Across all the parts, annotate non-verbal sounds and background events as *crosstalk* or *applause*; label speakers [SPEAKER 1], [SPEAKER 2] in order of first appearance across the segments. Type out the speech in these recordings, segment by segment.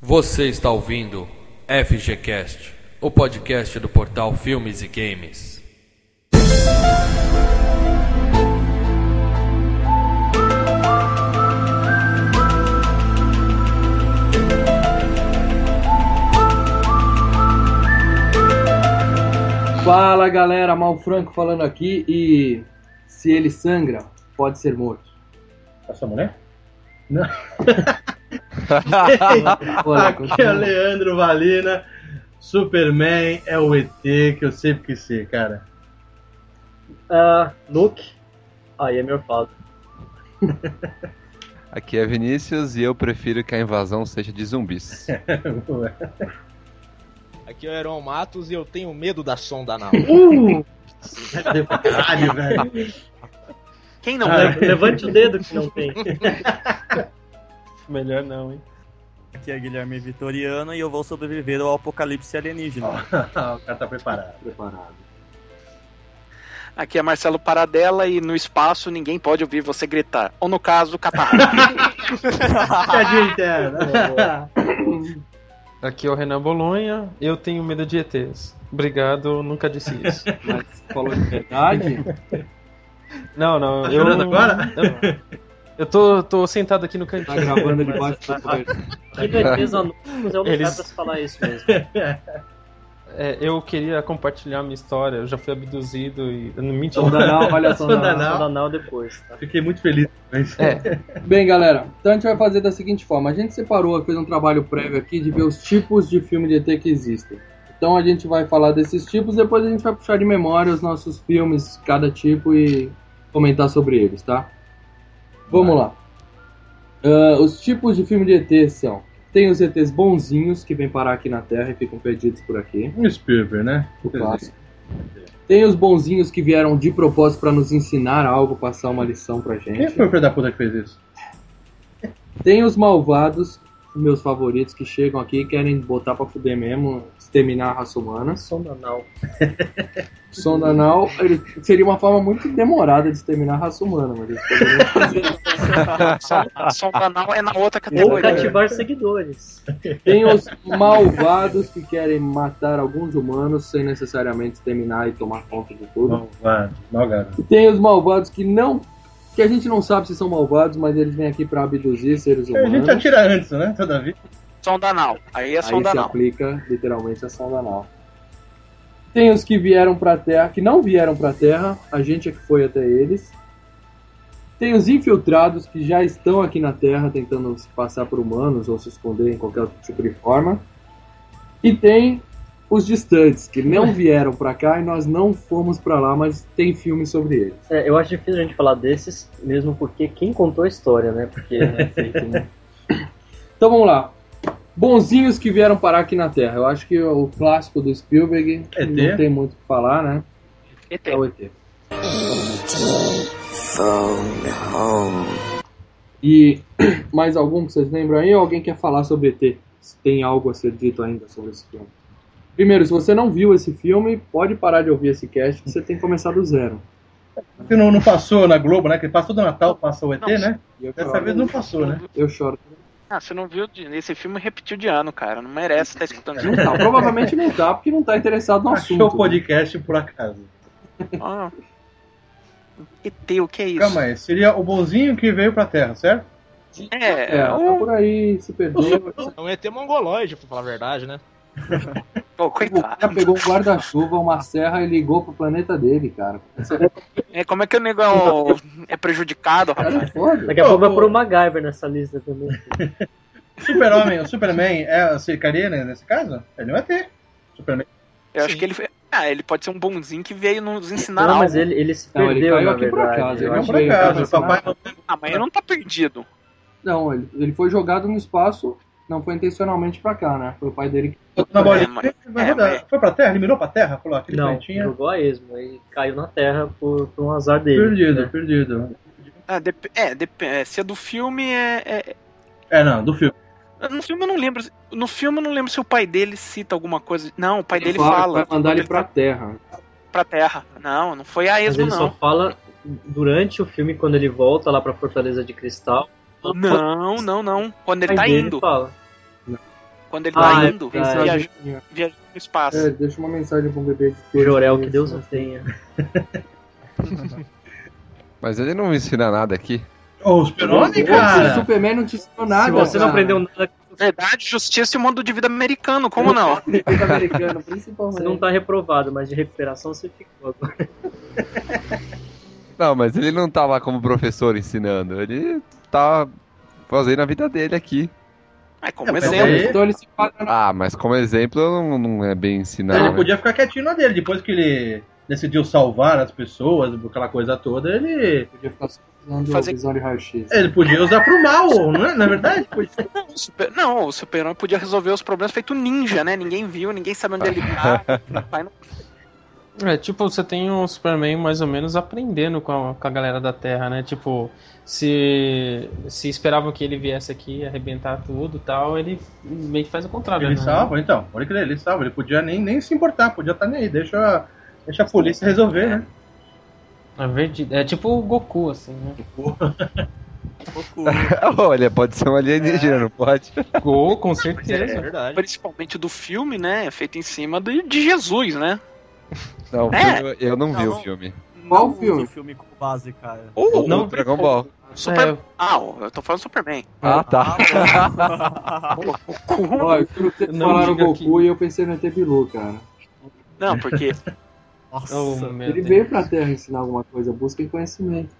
[SPEAKER 1] Você está ouvindo FGCast, o podcast do portal Filmes e Games.
[SPEAKER 2] Fala galera, Mal Franco falando aqui e se ele sangra, pode ser morto.
[SPEAKER 3] É sua mulher?
[SPEAKER 2] Olha,
[SPEAKER 3] Aqui é
[SPEAKER 2] continua.
[SPEAKER 3] Leandro Valina. Superman é o ET que eu sempre quis ser, cara.
[SPEAKER 4] Ah, Luke, aí é meu fado.
[SPEAKER 5] Aqui é Vinícius e eu prefiro que a invasão seja de zumbis.
[SPEAKER 6] Aqui é o Heron Matos e eu tenho medo da sonda anal.
[SPEAKER 3] Caralho, velho.
[SPEAKER 7] Quem não
[SPEAKER 3] Ah, *laughs*
[SPEAKER 7] lembra?
[SPEAKER 4] Le- Levante o dedo que não tem.
[SPEAKER 8] *laughs* Melhor não, hein? Aqui é Guilherme Vitoriano e eu vou sobreviver ao apocalipse alienígena.
[SPEAKER 3] o cara tá preparado.
[SPEAKER 2] Preparado.
[SPEAKER 7] Aqui é Marcelo Paradela e no espaço ninguém pode ouvir você gritar. Ou no
[SPEAKER 3] *laughs*
[SPEAKER 7] caso, catarro.
[SPEAKER 3] Piadinha interna.
[SPEAKER 8] Aqui é o Renan Bolonha, eu tenho medo de ETs. Obrigado, eu nunca disse isso.
[SPEAKER 2] Mas falou de verdade?
[SPEAKER 8] Não, não,
[SPEAKER 3] Tá
[SPEAKER 8] eu.
[SPEAKER 3] chorando agora?
[SPEAKER 8] Eu, eu tô, tô sentado aqui no cantinho.
[SPEAKER 2] Tá gravando debaixo do cobertor.
[SPEAKER 4] Que ETs anônimos é o lugar
[SPEAKER 8] Eles-
[SPEAKER 4] pra se falar isso mesmo.
[SPEAKER 8] *laughs* É, eu queria compartilhar minha história, eu já fui abduzido e. Não, mentira.
[SPEAKER 2] Sondanal, olha só.
[SPEAKER 3] Sondanal.
[SPEAKER 2] Sondanal.
[SPEAKER 4] Não, não, depois. Tá?
[SPEAKER 3] Fiquei muito feliz. Mas... É.
[SPEAKER 2] Bem, galera, então a gente vai fazer da seguinte forma: a gente separou, fez um trabalho prévio aqui de ver os tipos de filme de ET que existem. Então a gente vai falar desses tipos, depois a gente vai puxar de memória os nossos filmes, cada tipo, e comentar sobre eles, tá? Vamos lá. Ah, os tipos de filme de ET são: tem os ETs bonzinhos, que vêm parar aqui na Terra e ficam perdidos por aqui,
[SPEAKER 3] Um Spielberg, né?
[SPEAKER 2] o clássico. Tem os bonzinhos que vieram de propósito pra nos ensinar algo, passar uma lição pra gente.
[SPEAKER 3] Quem foi o filho da puta que fez isso?
[SPEAKER 2] Tem os malvados, meus favoritos, que chegam aqui e querem botar pra fuder mesmo, exterminar a raça humana. *laughs*
[SPEAKER 4] Sondanal.
[SPEAKER 2] Sonda anal ele- seria uma forma muito demorada de exterminar a raça humana, mas eles poderiam fazer.
[SPEAKER 7] Sonda anal é na outra
[SPEAKER 4] Ou
[SPEAKER 7] categoria.
[SPEAKER 4] cativar seguidores.
[SPEAKER 2] Tem os malvados que querem matar alguns humanos sem necessariamente exterminar e tomar conta de tudo.
[SPEAKER 3] Malvado. Malvado.
[SPEAKER 2] E tem os malvados que não. que a gente não sabe se são malvados, mas eles vêm aqui pra abduzir seres
[SPEAKER 3] É, A
[SPEAKER 2] humanos.
[SPEAKER 3] gente atira antes, né? Toda vida.
[SPEAKER 7] Sonda anal. Aí é
[SPEAKER 2] Aí
[SPEAKER 7] sonda
[SPEAKER 2] se
[SPEAKER 7] anal.
[SPEAKER 2] aplica literalmente a sonda anal. Tem os que vieram pra Terra, que não vieram pra Terra, a gente é que foi até eles. Tem os infiltrados que já estão aqui na Terra tentando se passar por humanos ou se esconder em qualquer outro tipo de forma. E tem os distantes que não vieram pra cá e nós não fomos pra lá, mas tem filme sobre eles.
[SPEAKER 4] É, eu acho difícil a gente falar desses, mesmo porque quem contou a história, né? Porque né,
[SPEAKER 8] *laughs*
[SPEAKER 2] Então vamos lá. Bonzinhos que vieram parar aqui na Terra. Eu acho que o clássico do Spielberg
[SPEAKER 3] ET.
[SPEAKER 2] não tem muito o que falar, né?
[SPEAKER 7] ET.
[SPEAKER 2] É o ET. E *clears throat* mais algum que vocês lembram aí? Ou alguém quer falar sobre ET? Se tem algo a ser dito ainda sobre esse filme? Primeiro, se você não viu esse filme, pode parar de ouvir esse cast que você tem que começar do zero.
[SPEAKER 3] Porque não, não passou na Globo, né? Que passa todo Natal, passa o ET,
[SPEAKER 7] Não,
[SPEAKER 3] né?
[SPEAKER 2] E eu
[SPEAKER 3] Dessa
[SPEAKER 2] choro.
[SPEAKER 3] vez não passou, né?
[SPEAKER 2] Eu choro.
[SPEAKER 7] Ah, você não viu de- esse filme repetiu de ano, cara. Não merece estar escutando isso.
[SPEAKER 2] Não tá, provavelmente não tá, porque não tá interessado no
[SPEAKER 3] Achou o
[SPEAKER 2] assunto.
[SPEAKER 3] podcast por acaso.
[SPEAKER 7] Ah. ET, o que é isso?
[SPEAKER 3] Calma aí, seria o bonzinho que veio pra Terra, certo?
[SPEAKER 7] É,
[SPEAKER 2] É, tá por aí, se perdeu.
[SPEAKER 6] É um ET mongoloide, pra falar a verdade, né?
[SPEAKER 7] pô,
[SPEAKER 2] O
[SPEAKER 7] coitado.
[SPEAKER 2] cara pegou um guarda-chuva, uma serra e ligou pro planeta dele, cara.
[SPEAKER 7] É, como é que o nego é, o- é prejudicado, rapaz?
[SPEAKER 2] Cara, é foda.
[SPEAKER 4] daqui a
[SPEAKER 3] Ô,
[SPEAKER 4] pouco vai
[SPEAKER 3] ô.
[SPEAKER 4] pôr o MacGyver nessa lista também.
[SPEAKER 3] O Super-Homem, o *laughs* Superman é, secaria né, nesse caso? Ele não é ET. Superman.
[SPEAKER 7] Eu acho
[SPEAKER 6] Sim.
[SPEAKER 7] que ele. Ah, ele pode ser um bonzinho que veio nos ensinar
[SPEAKER 4] Não, mas
[SPEAKER 7] algo.
[SPEAKER 4] ele, ele se
[SPEAKER 2] Não, ele
[SPEAKER 4] perdeu,
[SPEAKER 2] caiu
[SPEAKER 4] na
[SPEAKER 2] aqui por
[SPEAKER 4] verdade.
[SPEAKER 2] acaso,
[SPEAKER 4] Eu
[SPEAKER 2] ele
[SPEAKER 3] Não,
[SPEAKER 2] não
[SPEAKER 4] acho é
[SPEAKER 3] por
[SPEAKER 2] veio,
[SPEAKER 3] acaso,
[SPEAKER 2] cara,
[SPEAKER 3] o papai não
[SPEAKER 7] Ah, mas ele não tá perdido.
[SPEAKER 2] Não, ele, ele foi jogado no espaço, não foi intencionalmente pra cá, né? Foi o pai dele que.
[SPEAKER 3] botou na
[SPEAKER 7] É,
[SPEAKER 3] bolinha.
[SPEAKER 7] mas-
[SPEAKER 3] vai
[SPEAKER 7] é,
[SPEAKER 3] rodar.
[SPEAKER 7] mas-
[SPEAKER 3] Foi pra Terra? Ele mirou pra Terra? Falou
[SPEAKER 4] que-
[SPEAKER 3] aquele
[SPEAKER 4] Não,
[SPEAKER 3] plantinha.
[SPEAKER 4] jogou a esmo e caiu na terra por, por um azar dele.
[SPEAKER 3] Perdido, perdido.
[SPEAKER 7] Ah, dep- é, dep- é, se é do filme, é, é-
[SPEAKER 3] É, não, do filme.
[SPEAKER 7] No filme eu não lembro. No filme eu não lembro se o pai dele cita alguma coisa. Não, o pai dele
[SPEAKER 2] Fala que
[SPEAKER 7] fala.
[SPEAKER 2] Vai mandar ele pra terra.
[SPEAKER 7] pra terra. Não, não foi a
[SPEAKER 4] Mas
[SPEAKER 7] esmo,
[SPEAKER 4] ele só
[SPEAKER 7] não.
[SPEAKER 4] fala durante o filme, quando ele volta lá pra Fortaleza de Cristal.
[SPEAKER 7] Não, não, não. Quando ele
[SPEAKER 4] Aí
[SPEAKER 7] tá
[SPEAKER 4] dele
[SPEAKER 7] indo.
[SPEAKER 4] Fala.
[SPEAKER 7] Quando ele
[SPEAKER 4] Ah,
[SPEAKER 7] tá
[SPEAKER 4] é
[SPEAKER 7] indo,
[SPEAKER 4] verdade.
[SPEAKER 7] viajando viajando no espaço.
[SPEAKER 2] É, deixa uma mensagem pro bebê de dois
[SPEAKER 4] Jorel, que
[SPEAKER 2] meses,
[SPEAKER 4] Deus
[SPEAKER 2] né?
[SPEAKER 4] o tenha.
[SPEAKER 5] *laughs* Mas ele não me ensina nada aqui.
[SPEAKER 3] Ô, os Peroni,
[SPEAKER 2] Cara,
[SPEAKER 3] cara!
[SPEAKER 2] Superman não te ensinou nada.
[SPEAKER 4] Se você não
[SPEAKER 2] Ah, cara. *laughs*
[SPEAKER 4] aprendeu um nada,
[SPEAKER 7] Verdade, justiça e o modo de vida americano, como não?
[SPEAKER 2] Direito americano, principalmente.
[SPEAKER 4] você não tá reprovado, mas de recuperação você ficou agora.
[SPEAKER 5] Não, mas ele não tá lá como professor ensinando. Ele tá fazendo a vida dele aqui.
[SPEAKER 7] É
[SPEAKER 3] É,
[SPEAKER 7] como
[SPEAKER 3] mas
[SPEAKER 7] exemplo.
[SPEAKER 3] aí-
[SPEAKER 2] Então ele se paga na
[SPEAKER 5] Ah, mas como exemplo não, não é bem ensinar.
[SPEAKER 3] ele
[SPEAKER 5] né?
[SPEAKER 3] podia ficar quietinho na dele. Depois que ele decidiu salvar as pessoas, aquela coisa toda, ele.
[SPEAKER 2] podia ficar só usando
[SPEAKER 7] Fazer-
[SPEAKER 2] visão de raio-x.
[SPEAKER 3] Ele podia usar pro mal, não é? Na verdade, podia.
[SPEAKER 7] Não, o super, não, o super-homem podia resolver os problemas feito ninja, né? Ninguém viu, ninguém sabe onde
[SPEAKER 4] *laughs*
[SPEAKER 7] ele tá. Vai no-
[SPEAKER 8] É, tipo, você tem o Superman mais ou menos aprendendo com a, com a galera da Terra, né? Tipo, se, se esperavam que ele viesse aqui arrebentar tudo e tal, ele meio que faz o contrário,
[SPEAKER 3] Ele
[SPEAKER 8] né?
[SPEAKER 3] salva, então. Olha que ele ele salva. Ele podia nem, nem se importar, podia estar nem aí. Deixa, a- deixa a polícia resolver, né?
[SPEAKER 8] É, verde- é tipo o Goku, assim, né?
[SPEAKER 5] *laughs* Olha, pode ser um alienígena, não pode?
[SPEAKER 8] Goku, com
[SPEAKER 6] É
[SPEAKER 8] certeza.
[SPEAKER 6] verdade.
[SPEAKER 7] Principalmente do filme, né? É feito em cima de, de Jesus, né?
[SPEAKER 5] Não, o
[SPEAKER 7] É.
[SPEAKER 5] filme- eu não vi
[SPEAKER 9] Não.
[SPEAKER 5] o filme.
[SPEAKER 2] Qual
[SPEAKER 9] Não
[SPEAKER 2] filme?
[SPEAKER 9] usa um filme com base, cara.
[SPEAKER 7] Ou
[SPEAKER 5] Não, Dragon Ball.
[SPEAKER 7] Super...
[SPEAKER 8] É,
[SPEAKER 7] Ah, eu tô falando Superman.
[SPEAKER 5] Ah, tá.
[SPEAKER 2] Ó, eu juro que vocês
[SPEAKER 8] Não
[SPEAKER 2] falaram
[SPEAKER 8] diga
[SPEAKER 2] Goku
[SPEAKER 8] que-
[SPEAKER 2] e eu pensei no ET Bilu, cara.
[SPEAKER 4] *laughs*
[SPEAKER 7] Não, porque
[SPEAKER 9] Nossa.
[SPEAKER 8] *laughs* oh, meu
[SPEAKER 2] ele
[SPEAKER 8] Deus.
[SPEAKER 2] veio pra Terra ensinar alguma coisa, busquem conhecimento.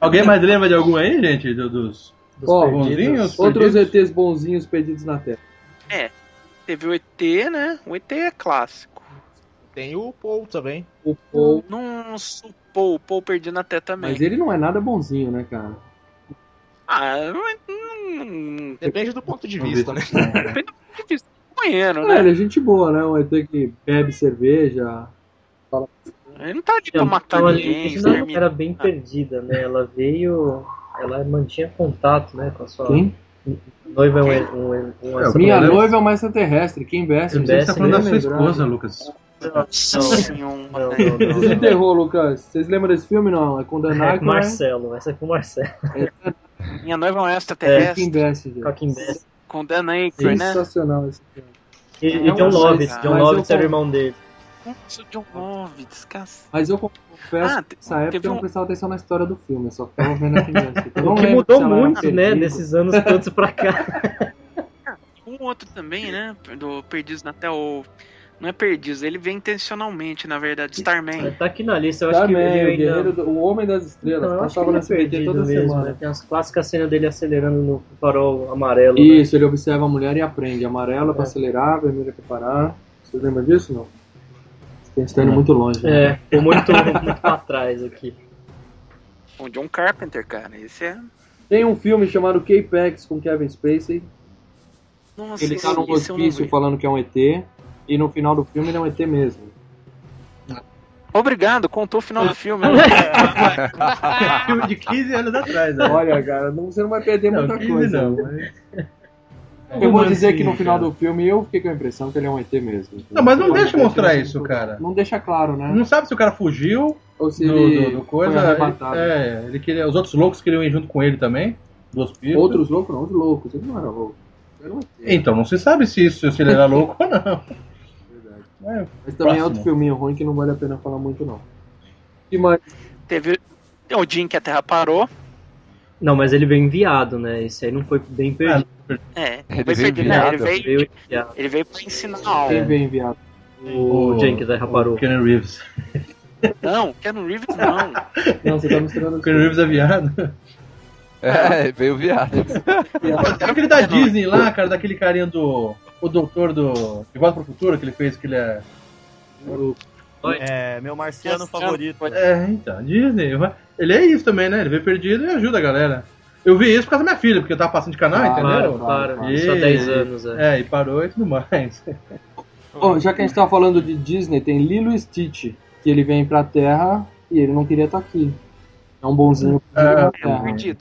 [SPEAKER 3] Alguém mais lembra de algum aí, gente? Do- dos
[SPEAKER 4] Dos
[SPEAKER 2] Ó,
[SPEAKER 3] bonzinhos?
[SPEAKER 2] Outros
[SPEAKER 3] perdidos?
[SPEAKER 2] ETs bonzinhos perdidos na Terra.
[SPEAKER 7] teve o ET, né? O ET é clássico.
[SPEAKER 6] Tem o Paul também.
[SPEAKER 2] O Paul.
[SPEAKER 7] Não supou, o Paul perdido até também.
[SPEAKER 2] Mas ele não é nada bonzinho, né, cara?
[SPEAKER 7] Ah, mas hum,
[SPEAKER 6] Depende do ponto de vista, né?
[SPEAKER 7] companheiro,
[SPEAKER 2] É,
[SPEAKER 7] né?
[SPEAKER 2] ele é gente boa, né? Um ET que bebe cerveja.
[SPEAKER 7] Ele não tá ali pra
[SPEAKER 4] Então,
[SPEAKER 7] matar
[SPEAKER 4] a
[SPEAKER 7] ninguém,
[SPEAKER 4] alienígena
[SPEAKER 7] exterminar.
[SPEAKER 4] era bem perdida, né? Ela veio. Ela mantinha contato, né? Com a sua
[SPEAKER 2] Quem?
[SPEAKER 4] noiva. Um, um, um,
[SPEAKER 3] É,
[SPEAKER 4] um
[SPEAKER 2] Minha
[SPEAKER 3] Sim.
[SPEAKER 2] noiva é uma extraterrestre, Kim Best.
[SPEAKER 4] Kim
[SPEAKER 2] não
[SPEAKER 3] Você
[SPEAKER 2] sei se
[SPEAKER 3] tá
[SPEAKER 4] Bessinger,
[SPEAKER 3] falando da sua
[SPEAKER 2] lembra, né?
[SPEAKER 3] esposa, Lucas. *laughs*
[SPEAKER 7] Nossa senhora.
[SPEAKER 4] Não, não, não,
[SPEAKER 2] *laughs*
[SPEAKER 4] não.
[SPEAKER 2] Desenterrou, Lucas. Vocês lembram desse filme, não? É com Dan
[SPEAKER 4] É,
[SPEAKER 2] Aykroyd,
[SPEAKER 4] com Marcelo, essa é com o Marcelo.
[SPEAKER 7] Minha noiva é um
[SPEAKER 2] É, Kim
[SPEAKER 7] extraterrestre
[SPEAKER 4] Com a
[SPEAKER 2] Bessinger.
[SPEAKER 4] Kim Bess.
[SPEAKER 7] com Dan Aykroyd, né?
[SPEAKER 2] Sensacional esse filme.
[SPEAKER 4] E,
[SPEAKER 8] É
[SPEAKER 4] e
[SPEAKER 8] um
[SPEAKER 4] John
[SPEAKER 8] dos
[SPEAKER 4] Lovitz,
[SPEAKER 7] dois,
[SPEAKER 4] John
[SPEAKER 2] mas eu
[SPEAKER 4] Lovitz era o
[SPEAKER 2] sou-
[SPEAKER 4] irmão dele.
[SPEAKER 7] Nossa, o John Lovitz, cacete.
[SPEAKER 2] Mas eu confesso
[SPEAKER 7] um Ah,
[SPEAKER 2] que
[SPEAKER 7] te-
[SPEAKER 2] nessa época é
[SPEAKER 7] teve
[SPEAKER 2] eu não
[SPEAKER 7] um-
[SPEAKER 2] prestava atenção na história do filme, eu só ficava vendo a Kim Bessinger. Eu não
[SPEAKER 4] O que
[SPEAKER 2] lembro
[SPEAKER 4] mudou
[SPEAKER 2] se ela era
[SPEAKER 4] muito, né?
[SPEAKER 2] perdida.
[SPEAKER 4] Nesses anos todos
[SPEAKER 8] *laughs*
[SPEAKER 4] pra cá.
[SPEAKER 7] Um outro também, né? Do Perdidos até o. Não é Perdidos, ele vem intencionalmente, na verdade. Starman.
[SPEAKER 4] Tá aqui na lista, eu acho que
[SPEAKER 2] Starman,
[SPEAKER 4] ele
[SPEAKER 2] o,
[SPEAKER 4] ainda.
[SPEAKER 2] guerreiro do- o Homem das Estrelas,
[SPEAKER 4] Não, eu acho que
[SPEAKER 2] passava
[SPEAKER 4] ele
[SPEAKER 2] na
[SPEAKER 4] é
[SPEAKER 2] SBT
[SPEAKER 4] perdido
[SPEAKER 2] toda
[SPEAKER 4] mesmo,
[SPEAKER 2] semana.
[SPEAKER 4] né? Tem as clássicas cenas dele acelerando no farol amarelo. né?
[SPEAKER 2] Isso, ele observa a mulher e aprende. Amarela
[SPEAKER 3] É.
[SPEAKER 2] pra acelerar, vermelha pra parar. Você lembra disso, não? Vocês estão indo muito longe. né?
[SPEAKER 4] É, ficou muito, muito pra trás aqui.
[SPEAKER 2] é.
[SPEAKER 7] O John Carpenter, cara. Esse é.
[SPEAKER 2] Tem um filme chamado K-Pax com Kevin Spacey.
[SPEAKER 7] Nossa,
[SPEAKER 2] Ele tá
[SPEAKER 7] esse-
[SPEAKER 2] num
[SPEAKER 7] esse eu não
[SPEAKER 2] hospício
[SPEAKER 7] vi.
[SPEAKER 2] falando que é um ET. E no final do filme ele é um ET mesmo.
[SPEAKER 7] Obrigado, contou o final do filme. né?
[SPEAKER 2] *laughs*
[SPEAKER 3] filme de 15 anos atrás, né?
[SPEAKER 2] Olha, cara, não- você não vai perder
[SPEAKER 3] Não,
[SPEAKER 2] muita
[SPEAKER 3] 15
[SPEAKER 2] coisa.
[SPEAKER 3] não. mas-
[SPEAKER 2] Eu vou
[SPEAKER 3] Romancinho,
[SPEAKER 2] dizer que no final
[SPEAKER 3] cara.
[SPEAKER 2] do filme eu fiquei com a impressão que ele é um ET mesmo.
[SPEAKER 3] Não, mas não
[SPEAKER 2] Eu
[SPEAKER 3] deixa
[SPEAKER 2] acho que
[SPEAKER 3] mostrar
[SPEAKER 2] ele-
[SPEAKER 3] isso, cara.
[SPEAKER 2] Não deixa claro, né?
[SPEAKER 3] Não sabe se o cara fugiu
[SPEAKER 2] Ou se
[SPEAKER 3] do,
[SPEAKER 2] ele
[SPEAKER 3] do, do coisa.
[SPEAKER 2] foi arrebatado.
[SPEAKER 3] É, ele queria, os outros loucos queriam ir junto com ele também. Do hospício.
[SPEAKER 2] Outros loucos não, os loucos. Ele não era louco. Era um ET.
[SPEAKER 3] Então, não se sabe se, isso, se ele era louco ou não.
[SPEAKER 2] Verdade.
[SPEAKER 3] É,
[SPEAKER 2] Mas também é outro
[SPEAKER 3] Próximo.
[SPEAKER 2] filminho ruim que não vale a pena falar muito, não. E mais,
[SPEAKER 7] Teve o dia em que a Terra parou.
[SPEAKER 4] Não, mas ele veio enviado, né? Esse aí não foi bem perdido.
[SPEAKER 7] É,
[SPEAKER 5] Ele
[SPEAKER 7] vai
[SPEAKER 5] veio
[SPEAKER 7] ser de- né, ele
[SPEAKER 5] enviado.
[SPEAKER 7] veio,
[SPEAKER 4] Veio enviado.
[SPEAKER 7] ele veio pra ensinar algo.
[SPEAKER 2] quem vem enviado?
[SPEAKER 4] O Jenkins né, da Raparou.
[SPEAKER 3] O Keanu Reeves.
[SPEAKER 7] Não, Keanu Reeves
[SPEAKER 3] *laughs*
[SPEAKER 7] não.
[SPEAKER 2] Não, você tá misturando
[SPEAKER 4] *laughs*
[SPEAKER 3] O Keanu Reeves é viado.
[SPEAKER 5] *laughs* É, veio viado.
[SPEAKER 3] Era aquele da Disney lá, cara, daquele carinha do. O doutor do. De volta pro futuro que ele fez, que ele é.
[SPEAKER 9] É, meu *laughs* marciano favorito.
[SPEAKER 3] É, então, Disney. vai- Ele é isso também, né? Ele veio perdido e ajuda a galera. Eu vi isso por causa da minha filha, porque eu tava passando de canal,
[SPEAKER 2] Claro,
[SPEAKER 3] entendeu?
[SPEAKER 2] claro,
[SPEAKER 4] Claro, claro.
[SPEAKER 3] claro.
[SPEAKER 4] Isso há 10 anos, né? é.
[SPEAKER 3] É, e parou e tudo mais.
[SPEAKER 2] Bom, já que a gente tá falando de Disney, tem Lilo e Stitch, que ele vem pra Terra e ele não queria estar aqui. tá É um bonzinho.
[SPEAKER 3] Ah,
[SPEAKER 2] pra Terra.
[SPEAKER 7] Perdido.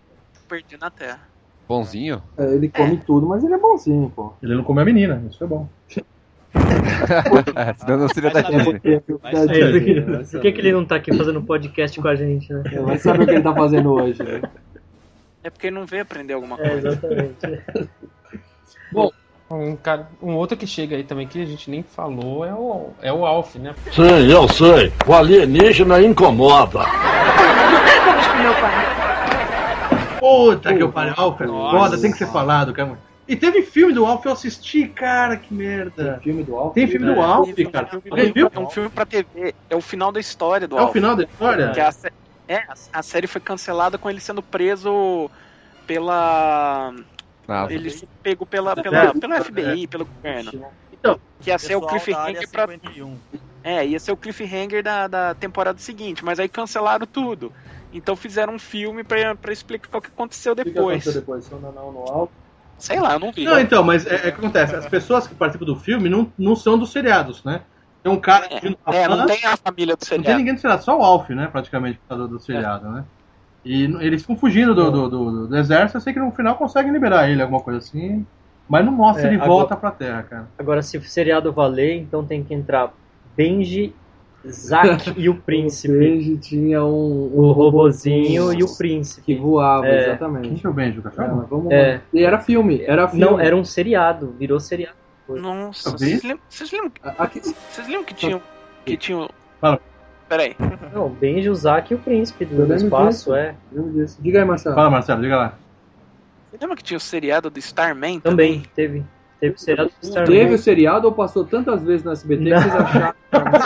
[SPEAKER 7] perdido na Terra.
[SPEAKER 5] Bonzinho? *laughs*
[SPEAKER 2] É, ele come tudo, mas ele é bonzinho, pô.
[SPEAKER 3] Ele não comeu a menina, isso foi bom.
[SPEAKER 5] É, Senão não seria
[SPEAKER 9] Vai
[SPEAKER 5] da
[SPEAKER 9] saber.
[SPEAKER 5] Disney.
[SPEAKER 2] É, eu-
[SPEAKER 9] Vai saber.
[SPEAKER 2] eu-
[SPEAKER 4] Por que, que ele não tá aqui fazendo podcast com a gente, né?
[SPEAKER 2] eu- Vai saber o que ele tá fazendo *laughs* hoje, né?
[SPEAKER 7] É porque ele não veio aprender alguma
[SPEAKER 4] É,
[SPEAKER 7] coisa.
[SPEAKER 4] exatamente.
[SPEAKER 8] Um, cara, um outro que chega aí também que a gente nem falou é o, é o Alf, né?
[SPEAKER 10] Sim, eu sei. O alienígena incomoda.
[SPEAKER 3] Puta que eu falei, Alf é
[SPEAKER 7] Nossa.
[SPEAKER 3] foda, tem que ser falado, cara. E teve filme do Alf, eu assisti, cara, que merda.
[SPEAKER 2] Tem filme do Alf?
[SPEAKER 3] Tem filme do Alf, cara. Você viu?
[SPEAKER 7] É um filme pra TV, é o final da história do
[SPEAKER 3] É o
[SPEAKER 7] Alf.
[SPEAKER 3] final da história?
[SPEAKER 7] Que a, sé- é, a- a série foi cancelada com ele sendo preso pela.
[SPEAKER 5] Ah, *laughs*
[SPEAKER 7] Ele se pegou pela, pela, pelo FBI, pelo governo.
[SPEAKER 3] é, Então,
[SPEAKER 7] que ia ser
[SPEAKER 9] Pessoal
[SPEAKER 7] o
[SPEAKER 9] da área
[SPEAKER 7] cliffhanger pra.
[SPEAKER 9] 51.
[SPEAKER 7] É, ia ser o cliffhanger da, da temporada seguinte, mas aí cancelaram tudo. Então fizeram um filme pra, pra explicar o que aconteceu
[SPEAKER 2] O que que aconteceu
[SPEAKER 7] depois.
[SPEAKER 2] depois? Se eu não, não, no Alf.
[SPEAKER 7] Sei lá, eu não vi.
[SPEAKER 3] Não, então, mas é, é que acontece, as pessoas que participam do filme não, não são dos seriados, né? Tem um cara que não
[SPEAKER 7] É, não
[SPEAKER 3] fala-
[SPEAKER 7] tem a família do
[SPEAKER 3] Não tem
[SPEAKER 7] seriado.
[SPEAKER 3] ninguém do seriado, só o Alf, né? Praticamente, por causa do seriado, né? E n- eles ficam fugindo do, do, do- do exército, eu sei que no final conseguem liberar ele, alguma coisa assim. Mas não mostra
[SPEAKER 4] É,
[SPEAKER 3] ele
[SPEAKER 4] agora-
[SPEAKER 3] volta pra terra, cara.
[SPEAKER 4] Agora, se o seriado valer, então tem que entrar Benji, *laughs* Zack e o
[SPEAKER 2] O
[SPEAKER 4] Príncipe.
[SPEAKER 2] Benji tinha um,
[SPEAKER 4] O
[SPEAKER 2] um
[SPEAKER 4] robozinho e o
[SPEAKER 2] que
[SPEAKER 4] príncipe.
[SPEAKER 2] voava,
[SPEAKER 4] É.
[SPEAKER 2] exatamente.
[SPEAKER 3] Deixa eu ver, Juca.
[SPEAKER 2] É,
[SPEAKER 3] calma.
[SPEAKER 2] mas vamos
[SPEAKER 4] É.
[SPEAKER 2] lá. E era filme, era filme.
[SPEAKER 4] Não, era um seriado, virou seriado.
[SPEAKER 7] Nossa,
[SPEAKER 3] Eu vi.
[SPEAKER 7] vocês lembram, vocês lembram,
[SPEAKER 2] Aqui,
[SPEAKER 7] vocês lembram que tinha. Que tinha.
[SPEAKER 3] Fala.
[SPEAKER 7] Peraí.
[SPEAKER 4] Não, Benji, o Zack e o príncipe
[SPEAKER 2] Eu
[SPEAKER 4] do
[SPEAKER 2] lembro disso.
[SPEAKER 4] espaço, é.
[SPEAKER 2] eu disse. Diga aí, Marcelo.
[SPEAKER 3] Fala, Marcelo, diga lá.
[SPEAKER 7] Você lembra que tinha o seriado do Starman?
[SPEAKER 4] Também teve. Teve seriado do Star
[SPEAKER 2] Teve o
[SPEAKER 4] Wars.
[SPEAKER 2] seriado ou passou tantas vezes no SBT que
[SPEAKER 4] né? Não.
[SPEAKER 2] vocês acharam?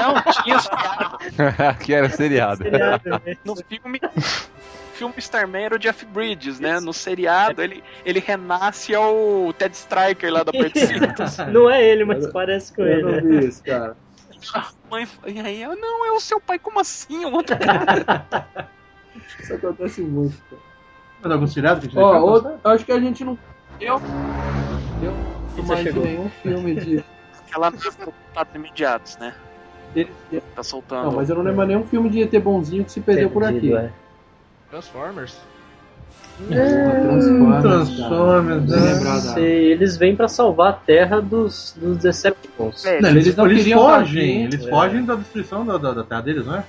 [SPEAKER 7] Não, tinha o seriado
[SPEAKER 5] que era seriado.
[SPEAKER 4] Seriado, né?
[SPEAKER 7] no filme. *laughs* O filme Starman era o Jeff Bridges, né? No seriado, ele, ele renasce ao Ted Striker lá da Então, Perdição.
[SPEAKER 4] Não é ele, mas parece com
[SPEAKER 2] Ah, Eu não
[SPEAKER 4] ele. né?
[SPEAKER 2] vi isso, cara.
[SPEAKER 7] Mãe, e aí, eu, não, é o seu pai, como assim? Um outro
[SPEAKER 2] Isso acontece muito. cara.
[SPEAKER 3] Mas algum seriado que a gente
[SPEAKER 2] Ó,
[SPEAKER 3] deixou?
[SPEAKER 2] outro- acho que a gente não. Eu. Eu
[SPEAKER 4] Você
[SPEAKER 2] não mais
[SPEAKER 4] chegou.
[SPEAKER 2] nenhum filme de.
[SPEAKER 7] *laughs* Ela não tem contatos imediatos, né?
[SPEAKER 2] Ele-
[SPEAKER 7] Tá soltando.
[SPEAKER 2] Não, mas eu não lembro nenhum filme de ET bonzinho que se perdeu por aqui.
[SPEAKER 4] Perdido, é.
[SPEAKER 11] Transformers.
[SPEAKER 2] Transformers. cara.
[SPEAKER 3] Transformers,
[SPEAKER 2] Não
[SPEAKER 3] né?
[SPEAKER 2] lembrar
[SPEAKER 4] Sei,
[SPEAKER 2] da-
[SPEAKER 4] Eles vêm pra salvar a Terra dos, dos Decepticons.
[SPEAKER 7] É,
[SPEAKER 3] Não,
[SPEAKER 2] Eles
[SPEAKER 3] eles,
[SPEAKER 2] não
[SPEAKER 3] eles
[SPEAKER 2] queriam
[SPEAKER 3] fogem,
[SPEAKER 2] dar-
[SPEAKER 3] eles
[SPEAKER 4] É.
[SPEAKER 3] fogem da destruição da, da, da terra deles, não é?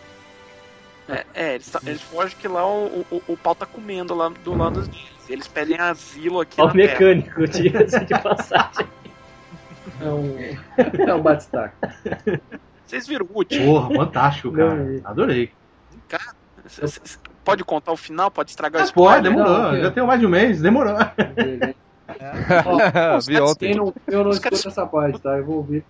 [SPEAKER 7] é, é, eles, tá- eles fogem que lá o, o, o pau tá comendo lá do lado deles. Eles pedem asilo aqui.
[SPEAKER 4] Ó,
[SPEAKER 7] na
[SPEAKER 4] o
[SPEAKER 7] Terra.
[SPEAKER 4] mecânico, diga-se de passagem.
[SPEAKER 2] *laughs* É um. É um batistaca.
[SPEAKER 7] Vocês viram o último?
[SPEAKER 3] Porra,
[SPEAKER 2] *laughs*
[SPEAKER 3] fantástico,
[SPEAKER 4] Não,
[SPEAKER 3] cara.
[SPEAKER 4] e-
[SPEAKER 3] Adorei.
[SPEAKER 2] É.
[SPEAKER 7] C- c- c- Pode contar o final? Pode estragar
[SPEAKER 3] Ah,
[SPEAKER 7] o
[SPEAKER 3] pode,
[SPEAKER 7] spoiler?
[SPEAKER 3] demorou.
[SPEAKER 2] Não, ok.
[SPEAKER 3] Já tenho mais de um mês, demorou. *laughs*
[SPEAKER 5] *laughs* Vi ontem.
[SPEAKER 2] Quem não, eu não
[SPEAKER 7] Os caras-
[SPEAKER 2] escuto essa parte, tá? Eu vou ouvir.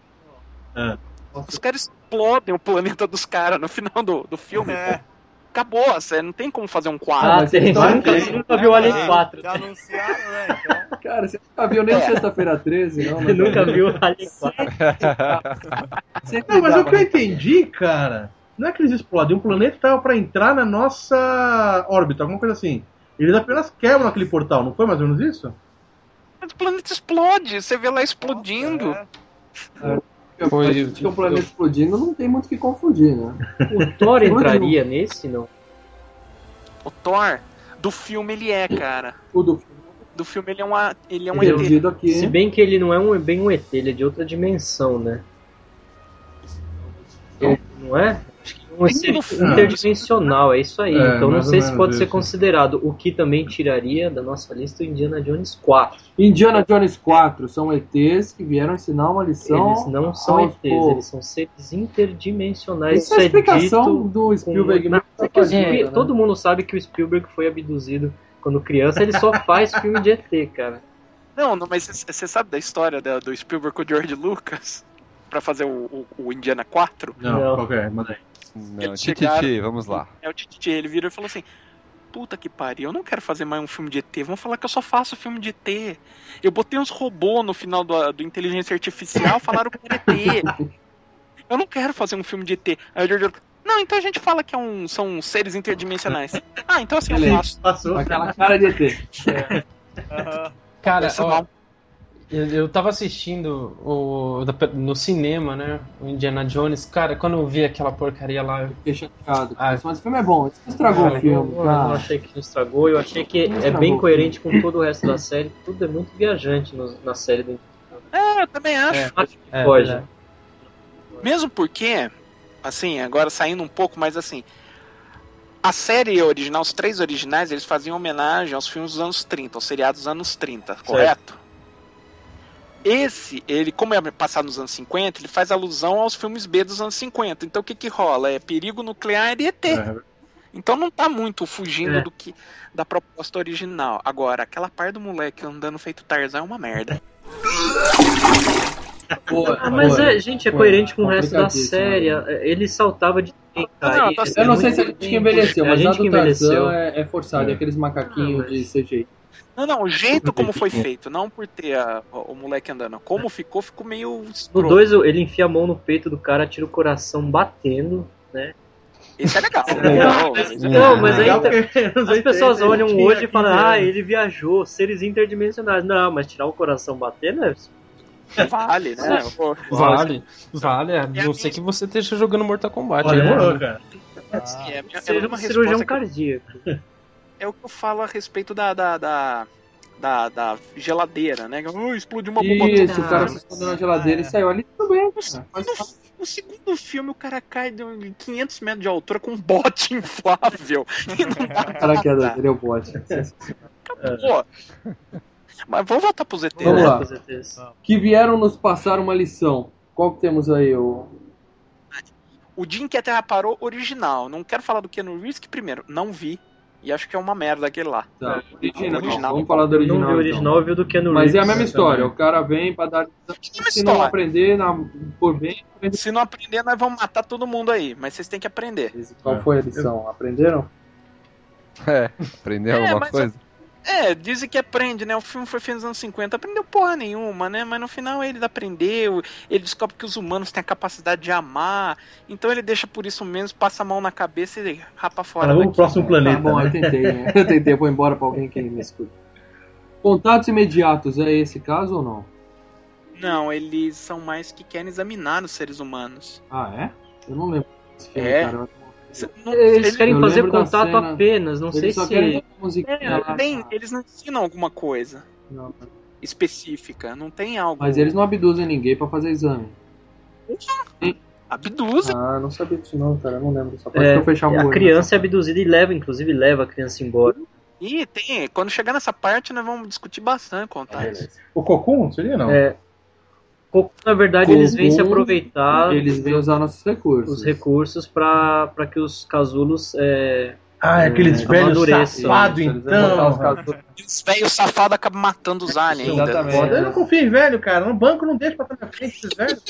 [SPEAKER 7] Os caras explodem o planeta dos caras no final do, do filme.
[SPEAKER 9] É.
[SPEAKER 7] Acabou, você não tem como fazer um quadro.
[SPEAKER 4] Ah,
[SPEAKER 2] mas eles
[SPEAKER 4] *laughs* tem.
[SPEAKER 2] estão
[SPEAKER 4] Nunca,
[SPEAKER 3] aqui.
[SPEAKER 4] nunca viu Alien
[SPEAKER 9] Já-
[SPEAKER 6] É,
[SPEAKER 4] 4.
[SPEAKER 9] Já anunciaram, né?
[SPEAKER 6] *laughs*
[SPEAKER 9] Então,
[SPEAKER 2] Cara, você nunca viu
[SPEAKER 4] É.
[SPEAKER 2] nem o Sexta-feira 13, não?
[SPEAKER 4] Você nunca
[SPEAKER 2] é
[SPEAKER 4] viu Alien 4.
[SPEAKER 2] Sempre
[SPEAKER 3] Não, mas
[SPEAKER 2] dá
[SPEAKER 3] o que eu
[SPEAKER 2] pra-
[SPEAKER 3] entendi, cara, não é que eles explodem. Um planeta tava pra entrar na nossa órbita, alguma coisa assim. Eles apenas quebram aquele portal, não foi mais ou menos isso?
[SPEAKER 7] Mas o planeta explode, você vê lá explodindo.
[SPEAKER 9] é.
[SPEAKER 8] Foi-
[SPEAKER 2] Acho que o planeta explodindo não tem muito o que confundir, né?
[SPEAKER 4] O Thor entraria nesse, não?
[SPEAKER 7] O Thor, do filme ele é, cara.
[SPEAKER 2] O do filme
[SPEAKER 7] Do filme ele é uma. Ele é um ET.
[SPEAKER 2] perdido aqui.
[SPEAKER 4] Se bem que ele não é um, bem um ET, ele é de outra dimensão, né? Não é? Acho que é um
[SPEAKER 7] no
[SPEAKER 4] ET
[SPEAKER 7] fundo.
[SPEAKER 4] interdimensional, é isso aí.
[SPEAKER 3] É,
[SPEAKER 4] então não
[SPEAKER 3] mais ou
[SPEAKER 4] sei se
[SPEAKER 3] menos
[SPEAKER 4] pode ser
[SPEAKER 3] isso.
[SPEAKER 4] considerado, o que também tiraria da nossa lista o Indiana Jones 4.
[SPEAKER 2] Indiana Jones 4 são ETs que vieram ensinar uma lição.
[SPEAKER 4] eles não são
[SPEAKER 2] aos
[SPEAKER 4] ETs,
[SPEAKER 2] povos.
[SPEAKER 4] eles são seres interdimensionais.
[SPEAKER 2] Essa
[SPEAKER 4] Isso
[SPEAKER 2] é a
[SPEAKER 4] é
[SPEAKER 2] explicação
[SPEAKER 4] dito.
[SPEAKER 2] do Spielberg.
[SPEAKER 4] com- Não,
[SPEAKER 2] tá
[SPEAKER 4] é que o
[SPEAKER 2] fazendo,
[SPEAKER 4] Spielberg-
[SPEAKER 2] né?
[SPEAKER 4] Todo mundo sabe que o Spielberg foi abduzido quando criança, ele só faz filme de ET, cara.
[SPEAKER 7] Não, não, mas você sabe da história da- do Spielberg com o George Lucas? Pra fazer o, o- o Indiana 4?
[SPEAKER 3] Não,
[SPEAKER 4] Não.
[SPEAKER 3] qualquer, manda aí.
[SPEAKER 5] Não,
[SPEAKER 7] Eles
[SPEAKER 5] Tititi,
[SPEAKER 7] chegaram-
[SPEAKER 5] vamos lá.
[SPEAKER 7] É o Titi, ele virou e falou assim: Puta que pariu, eu não quero fazer mais um filme de ET, vão falar que eu só faço filme de ET. Eu botei uns robôs no final do, do Inteligência Artificial, falaram que era ET. Eu não quero fazer um filme de ET. Aí o George Lucas. Não, então a gente fala que é um- são seres interdimensionais. Ah, então assim eu faço.
[SPEAKER 3] Passou.
[SPEAKER 2] Aquela cara de ET.
[SPEAKER 9] Aham.
[SPEAKER 4] É,
[SPEAKER 8] Cara,
[SPEAKER 7] Esse
[SPEAKER 8] ó,
[SPEAKER 7] não.
[SPEAKER 8] Eu, eu tava assistindo o, no cinema, né? O Indiana Jones. Cara, quando eu vi aquela porcaria lá. Eu
[SPEAKER 2] fiquei chateado. Ah, mas esse filme é bom. Você estragou cara, o filme.
[SPEAKER 4] Eu, não achei que não estragou. Eu achei que é bem coerente com todo o resto da série. Tudo é muito viajante no, na série do
[SPEAKER 7] É, eu também acho. É,
[SPEAKER 4] acho que é, pode.
[SPEAKER 8] né?
[SPEAKER 4] É.
[SPEAKER 7] Mesmo porque, assim, agora saindo um pouco, mas assim. A série original, os três originais, eles faziam homenagem aos filmes dos anos 30, aos seriados dos anos 30, certo. correto? Esse, ele, como é passado nos anos 50, ele faz alusão aos filmes B dos anos 50. Então o que que rola? É perigo nuclear e ET. É. Então não tá muito fugindo é. do que da proposta original. Agora, aquela par do moleque andando feito Tarzan é uma merda.
[SPEAKER 4] Boa, ah, mas boa, é, gente, é boa, coerente com o resto da série. Mano. Ele saltava de
[SPEAKER 2] tempo. Não, tá eu não
[SPEAKER 4] é
[SPEAKER 2] sei se a gente que envelheceu, mas a gente que envelheceu é, é forçado, é. aqueles macaquinhos ah, mas... de CGI.
[SPEAKER 7] Não, não, o jeito como foi feito, não por ter a, o moleque andando. Como ficou, ficou meio.
[SPEAKER 4] Escroto. No 2, ele enfia a mão no peito do cara, tira o coração batendo, né?
[SPEAKER 7] Isso
[SPEAKER 2] *laughs*
[SPEAKER 7] é legal. É legal.
[SPEAKER 4] Não, mas
[SPEAKER 3] *laughs*
[SPEAKER 4] aí então, as pessoas olham hoje e falam: ah, ele viajou, seres interdimensionais. Não, mas tirar o coração batendo é
[SPEAKER 7] Vale, né?
[SPEAKER 2] Ah,
[SPEAKER 8] Vale, vale.
[SPEAKER 9] É
[SPEAKER 8] A não ser que você esteja jogando Mortal Kombat. Olha,
[SPEAKER 4] né? cara.
[SPEAKER 7] assim,
[SPEAKER 4] Ah, é, Seja uma cirurgião cardíaco.
[SPEAKER 7] É o que eu falo a respeito da. da, da... Da, da geladeira, né? Oh, explodiu uma bomba
[SPEAKER 2] Isso, o é cara é explodiu na geladeira e saiu ali também.
[SPEAKER 7] No, segundo filme, o cara cai de 500 metros de altura com um bote *laughs* inflável.
[SPEAKER 2] Caraca, ele é o bote.
[SPEAKER 7] Acabou. Mas vamos voltar pros né? ETs.
[SPEAKER 2] É. Vamos lá.
[SPEAKER 4] Ah.
[SPEAKER 2] Que vieram nos passar uma lição. Qual que temos aí? O,
[SPEAKER 7] o dia em que a Terra parou, original. Não quero falar do que no Risk primeiro. Não vi. E acho que é uma merda aquele lá.
[SPEAKER 2] Tá, original. original. Vamos falar do original.
[SPEAKER 4] Não vi o original, então. do Keanu
[SPEAKER 2] Reeves. Mas é a mesma história. O cara vem pra dar. É Se não aprender, na... por bem.
[SPEAKER 7] Se não aprender, nós vamos matar todo mundo aí. Mas vocês têm que aprender.
[SPEAKER 2] Qual foi a lição? Aprenderam?
[SPEAKER 5] É, aprenderam alguma é, coisa?
[SPEAKER 7] É, dizem que aprende, né? O filme foi feito nos anos 50, aprendeu porra nenhuma, né? Mas no final ele aprendeu, ele descobre que os humanos têm a capacidade de amar, então ele deixa por isso menos, passa a mão na cabeça e rapa fora. Cara,
[SPEAKER 3] Ah, vamos pro próximo planeta. Tá
[SPEAKER 2] bom,
[SPEAKER 3] né?
[SPEAKER 2] eu tentei, né? *laughs* Eu tentei, eu vou embora pra alguém que me escuta. Contatos imediatos, é esse caso ou não?
[SPEAKER 7] Não, eles são mais que querem examinar os seres humanos.
[SPEAKER 2] Ah, é? Eu não lembro desse
[SPEAKER 7] filme, é. cara.
[SPEAKER 4] Não, eles querem eu fazer contato apenas, não eles sei se.
[SPEAKER 7] Musica,
[SPEAKER 2] Né?
[SPEAKER 7] é, tem, eles não ensinam alguma coisa não. específica, não tem algo.
[SPEAKER 2] Mas eles não abduzem ninguém para fazer exame.
[SPEAKER 7] Uhum. Abduzem?
[SPEAKER 2] Ah, não sabia disso não, cara, eu não lembro. Só é, fechar um
[SPEAKER 4] a criança é abduzida e leva, inclusive leva a criança embora.
[SPEAKER 7] E tem, quando chegar nessa parte, nós vamos discutir bastante contato. É,
[SPEAKER 3] o cocum seria não?
[SPEAKER 4] É. Na verdade, Como eles vêm se aproveitar.
[SPEAKER 2] Eles vêm usar nossos recursos.
[SPEAKER 4] Os recursos para que os casulos. É,
[SPEAKER 3] ah, é, aqueles é, velhos safados, então.
[SPEAKER 7] Os velhos safados acabam matando os aliens né?
[SPEAKER 3] Exatamente. ainda. Eu não confio em velho, cara. No banco não deixa passar na frente esses velhos,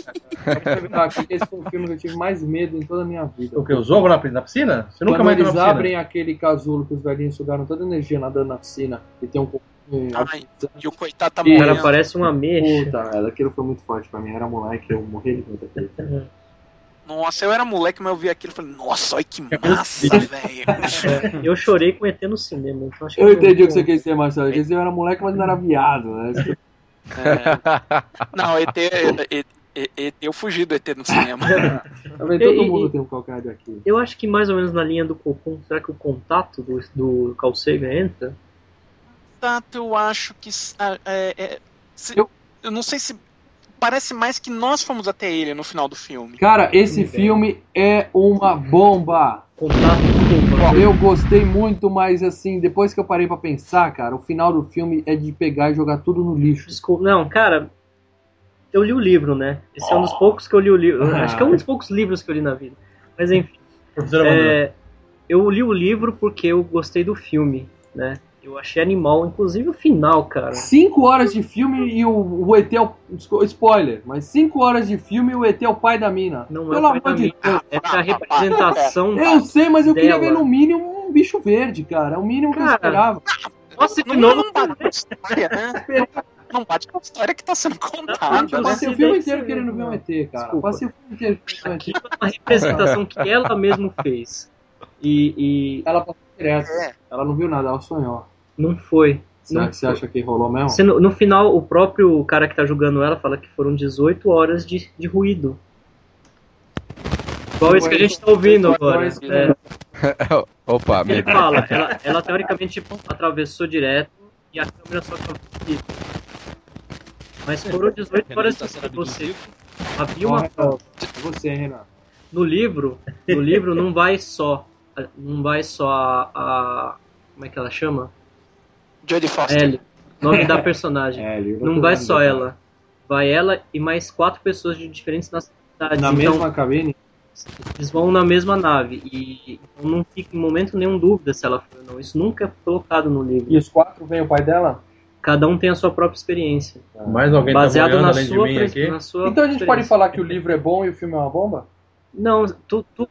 [SPEAKER 2] cara. Esse foi o filme que eu tive mais medo em toda a minha
[SPEAKER 3] *laughs*
[SPEAKER 2] vida.
[SPEAKER 3] O que? Os ovos na, na piscina?
[SPEAKER 2] Você nunca Quando mais eles abrem aquele casulo que os velhinhos sugaram toda a energia nadando na piscina e tem um
[SPEAKER 7] Hum, Ai, e o coitado tá
[SPEAKER 4] morrendo. O cara parece um uma
[SPEAKER 2] *laughs*
[SPEAKER 4] mexa.
[SPEAKER 2] Puta, velho, aquilo foi muito forte pra mim. Era moleque, eu morri de medo daquele filme.
[SPEAKER 7] Nossa, eu era moleque, mas eu vi aquilo e falei, nossa, olha que massa,
[SPEAKER 4] *laughs*
[SPEAKER 7] velho.
[SPEAKER 4] eu chorei com ET no cinema. Então acho que
[SPEAKER 2] eu entendi o que você quis dizer, Marcelo. Eu era moleque, mas não era viado, *laughs* né?
[SPEAKER 7] É. Não, ET, ET, ET, eu fugi do ET no cinema.
[SPEAKER 2] Também todo mundo e, tem um calcanhar daqui.
[SPEAKER 4] Eu acho que mais ou menos na linha do Cocum, será que o contato do, do Calcega entra?
[SPEAKER 7] contato, eu acho que. É, é, se, eu, eu não sei se. Parece mais que nós fomos até ele no final do filme.
[SPEAKER 2] Cara, esse filme é uma bomba.
[SPEAKER 4] Contato bomba.
[SPEAKER 2] Eu gostei muito, mas assim, depois que eu parei para pensar, cara, o final do filme é de pegar e jogar tudo no lixo.
[SPEAKER 4] Desculpa, não, cara. Eu li o livro, né? Esse é um dos poucos que eu li o livro. Ah. Acho que é um dos poucos livros que eu li na vida. Mas enfim. É, eu li o livro porque eu gostei do filme, né? Eu achei animal, inclusive o final, cara.
[SPEAKER 2] Cinco horas de filme e o, o ET é o, Spoiler, mas cinco horas de filme e o ET é o pai da mina.
[SPEAKER 4] Não Pelo é o pai amor de Deus. É a representação.
[SPEAKER 2] Eu sei, mas eu dela. queria ver no mínimo um bicho verde, cara. É o mínimo que cara, eu esperava.
[SPEAKER 7] Nossa, de novo não bate com história, *laughs* né? Não bate com a história que tá sendo contada.
[SPEAKER 2] Eu passei o filme inteiro querendo ver um ET, cara. Desculpa. Passei o filme inteiro querendo
[SPEAKER 4] Aqui é uma representação que ela mesmo fez. E, e...
[SPEAKER 2] ela passou direto. É. Ela não viu nada, ela sonhou.
[SPEAKER 4] Não foi.
[SPEAKER 2] Será que você acha que rolou mesmo?
[SPEAKER 4] Se no, no final, o próprio cara que tá julgando ela fala que foram 18 horas de, de ruído. Igual esse que a gente tá ouvindo agora. É.
[SPEAKER 5] Opa,
[SPEAKER 4] Ele fala, ela, ela teoricamente tipo, atravessou direto e a câmera só tava aqui. Mas foram 18
[SPEAKER 6] tá
[SPEAKER 4] horas de ruído. Você havia uma prova.
[SPEAKER 2] Você, Renato.
[SPEAKER 4] No livro, no livro não vai só. Não vai só a. a- como é que ela chama?
[SPEAKER 7] Jodie Foster.
[SPEAKER 4] Ellie. Nome
[SPEAKER 2] *laughs*
[SPEAKER 4] da personagem.
[SPEAKER 2] É, livro
[SPEAKER 4] Não
[SPEAKER 2] do
[SPEAKER 4] vai
[SPEAKER 2] nome
[SPEAKER 4] só
[SPEAKER 2] dela.
[SPEAKER 4] ela. Vai ela e mais quatro pessoas de diferentes nacionalidades.
[SPEAKER 2] Na
[SPEAKER 4] então,
[SPEAKER 2] mesma cabine?
[SPEAKER 4] eles vão na mesma nave. E então não fica em momento nenhum dúvida se ela foi ou não. Isso nunca é colocado no livro.
[SPEAKER 2] E os quatro vem o pai dela?
[SPEAKER 4] Cada um tem a sua própria experiência.
[SPEAKER 3] Mais alguém tá
[SPEAKER 4] Baseado
[SPEAKER 3] boiando
[SPEAKER 4] na,
[SPEAKER 3] além de
[SPEAKER 4] sua,
[SPEAKER 3] mim
[SPEAKER 4] pres-
[SPEAKER 3] aqui?
[SPEAKER 4] na sua
[SPEAKER 2] Então a gente pode
[SPEAKER 4] experiência.
[SPEAKER 2] falar que o livro é bom e o filme é uma bomba?
[SPEAKER 4] Não, tu, tu-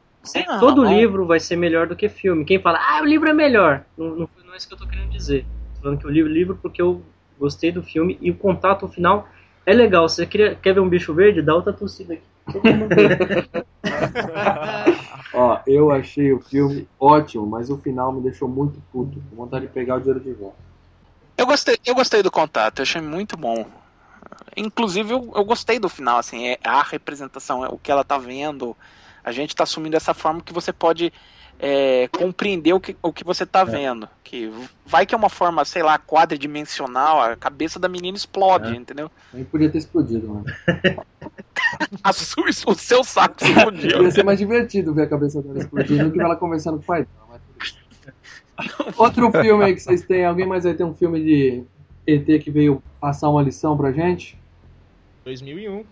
[SPEAKER 7] Ah,
[SPEAKER 4] todo
[SPEAKER 7] bom.
[SPEAKER 4] livro vai ser melhor do que filme. Quem fala, ah, o livro é melhor. Não, não, não é isso que eu tô querendo dizer. Tô falando que eu li o livro porque eu gostei do filme e o contato final é legal. Você queria, quer ver um bicho verde? Dá outra torcida aqui.
[SPEAKER 2] Ó, eu achei o filme ótimo, mas o final me deixou muito puto. Com vontade de pegar o dinheiro de volta.
[SPEAKER 7] Eu gostei, eu gostei do contato, eu achei muito bom. Inclusive, eu, eu gostei do final, assim, é a representação, é o que ela tá vendo. A gente tá assumindo essa forma que você pode é, compreender o que, o que você tá vendo. Que vai que é uma forma, sei lá, quadridimensional, a cabeça da menina explode, entendeu? *laughs*
[SPEAKER 2] Aí podia ter explodido, né? mano.
[SPEAKER 7] A sua- o seu saco se
[SPEAKER 2] *laughs*
[SPEAKER 7] explodiu.
[SPEAKER 2] Ia ser mais divertido ver a cabeça dela explodindo do que ela conversando com o pai dela. mas tudo bem. Outro filme aí que vocês têm. Alguém mais vai ter um filme de ET que veio passar uma lição pra gente?
[SPEAKER 6] 2001.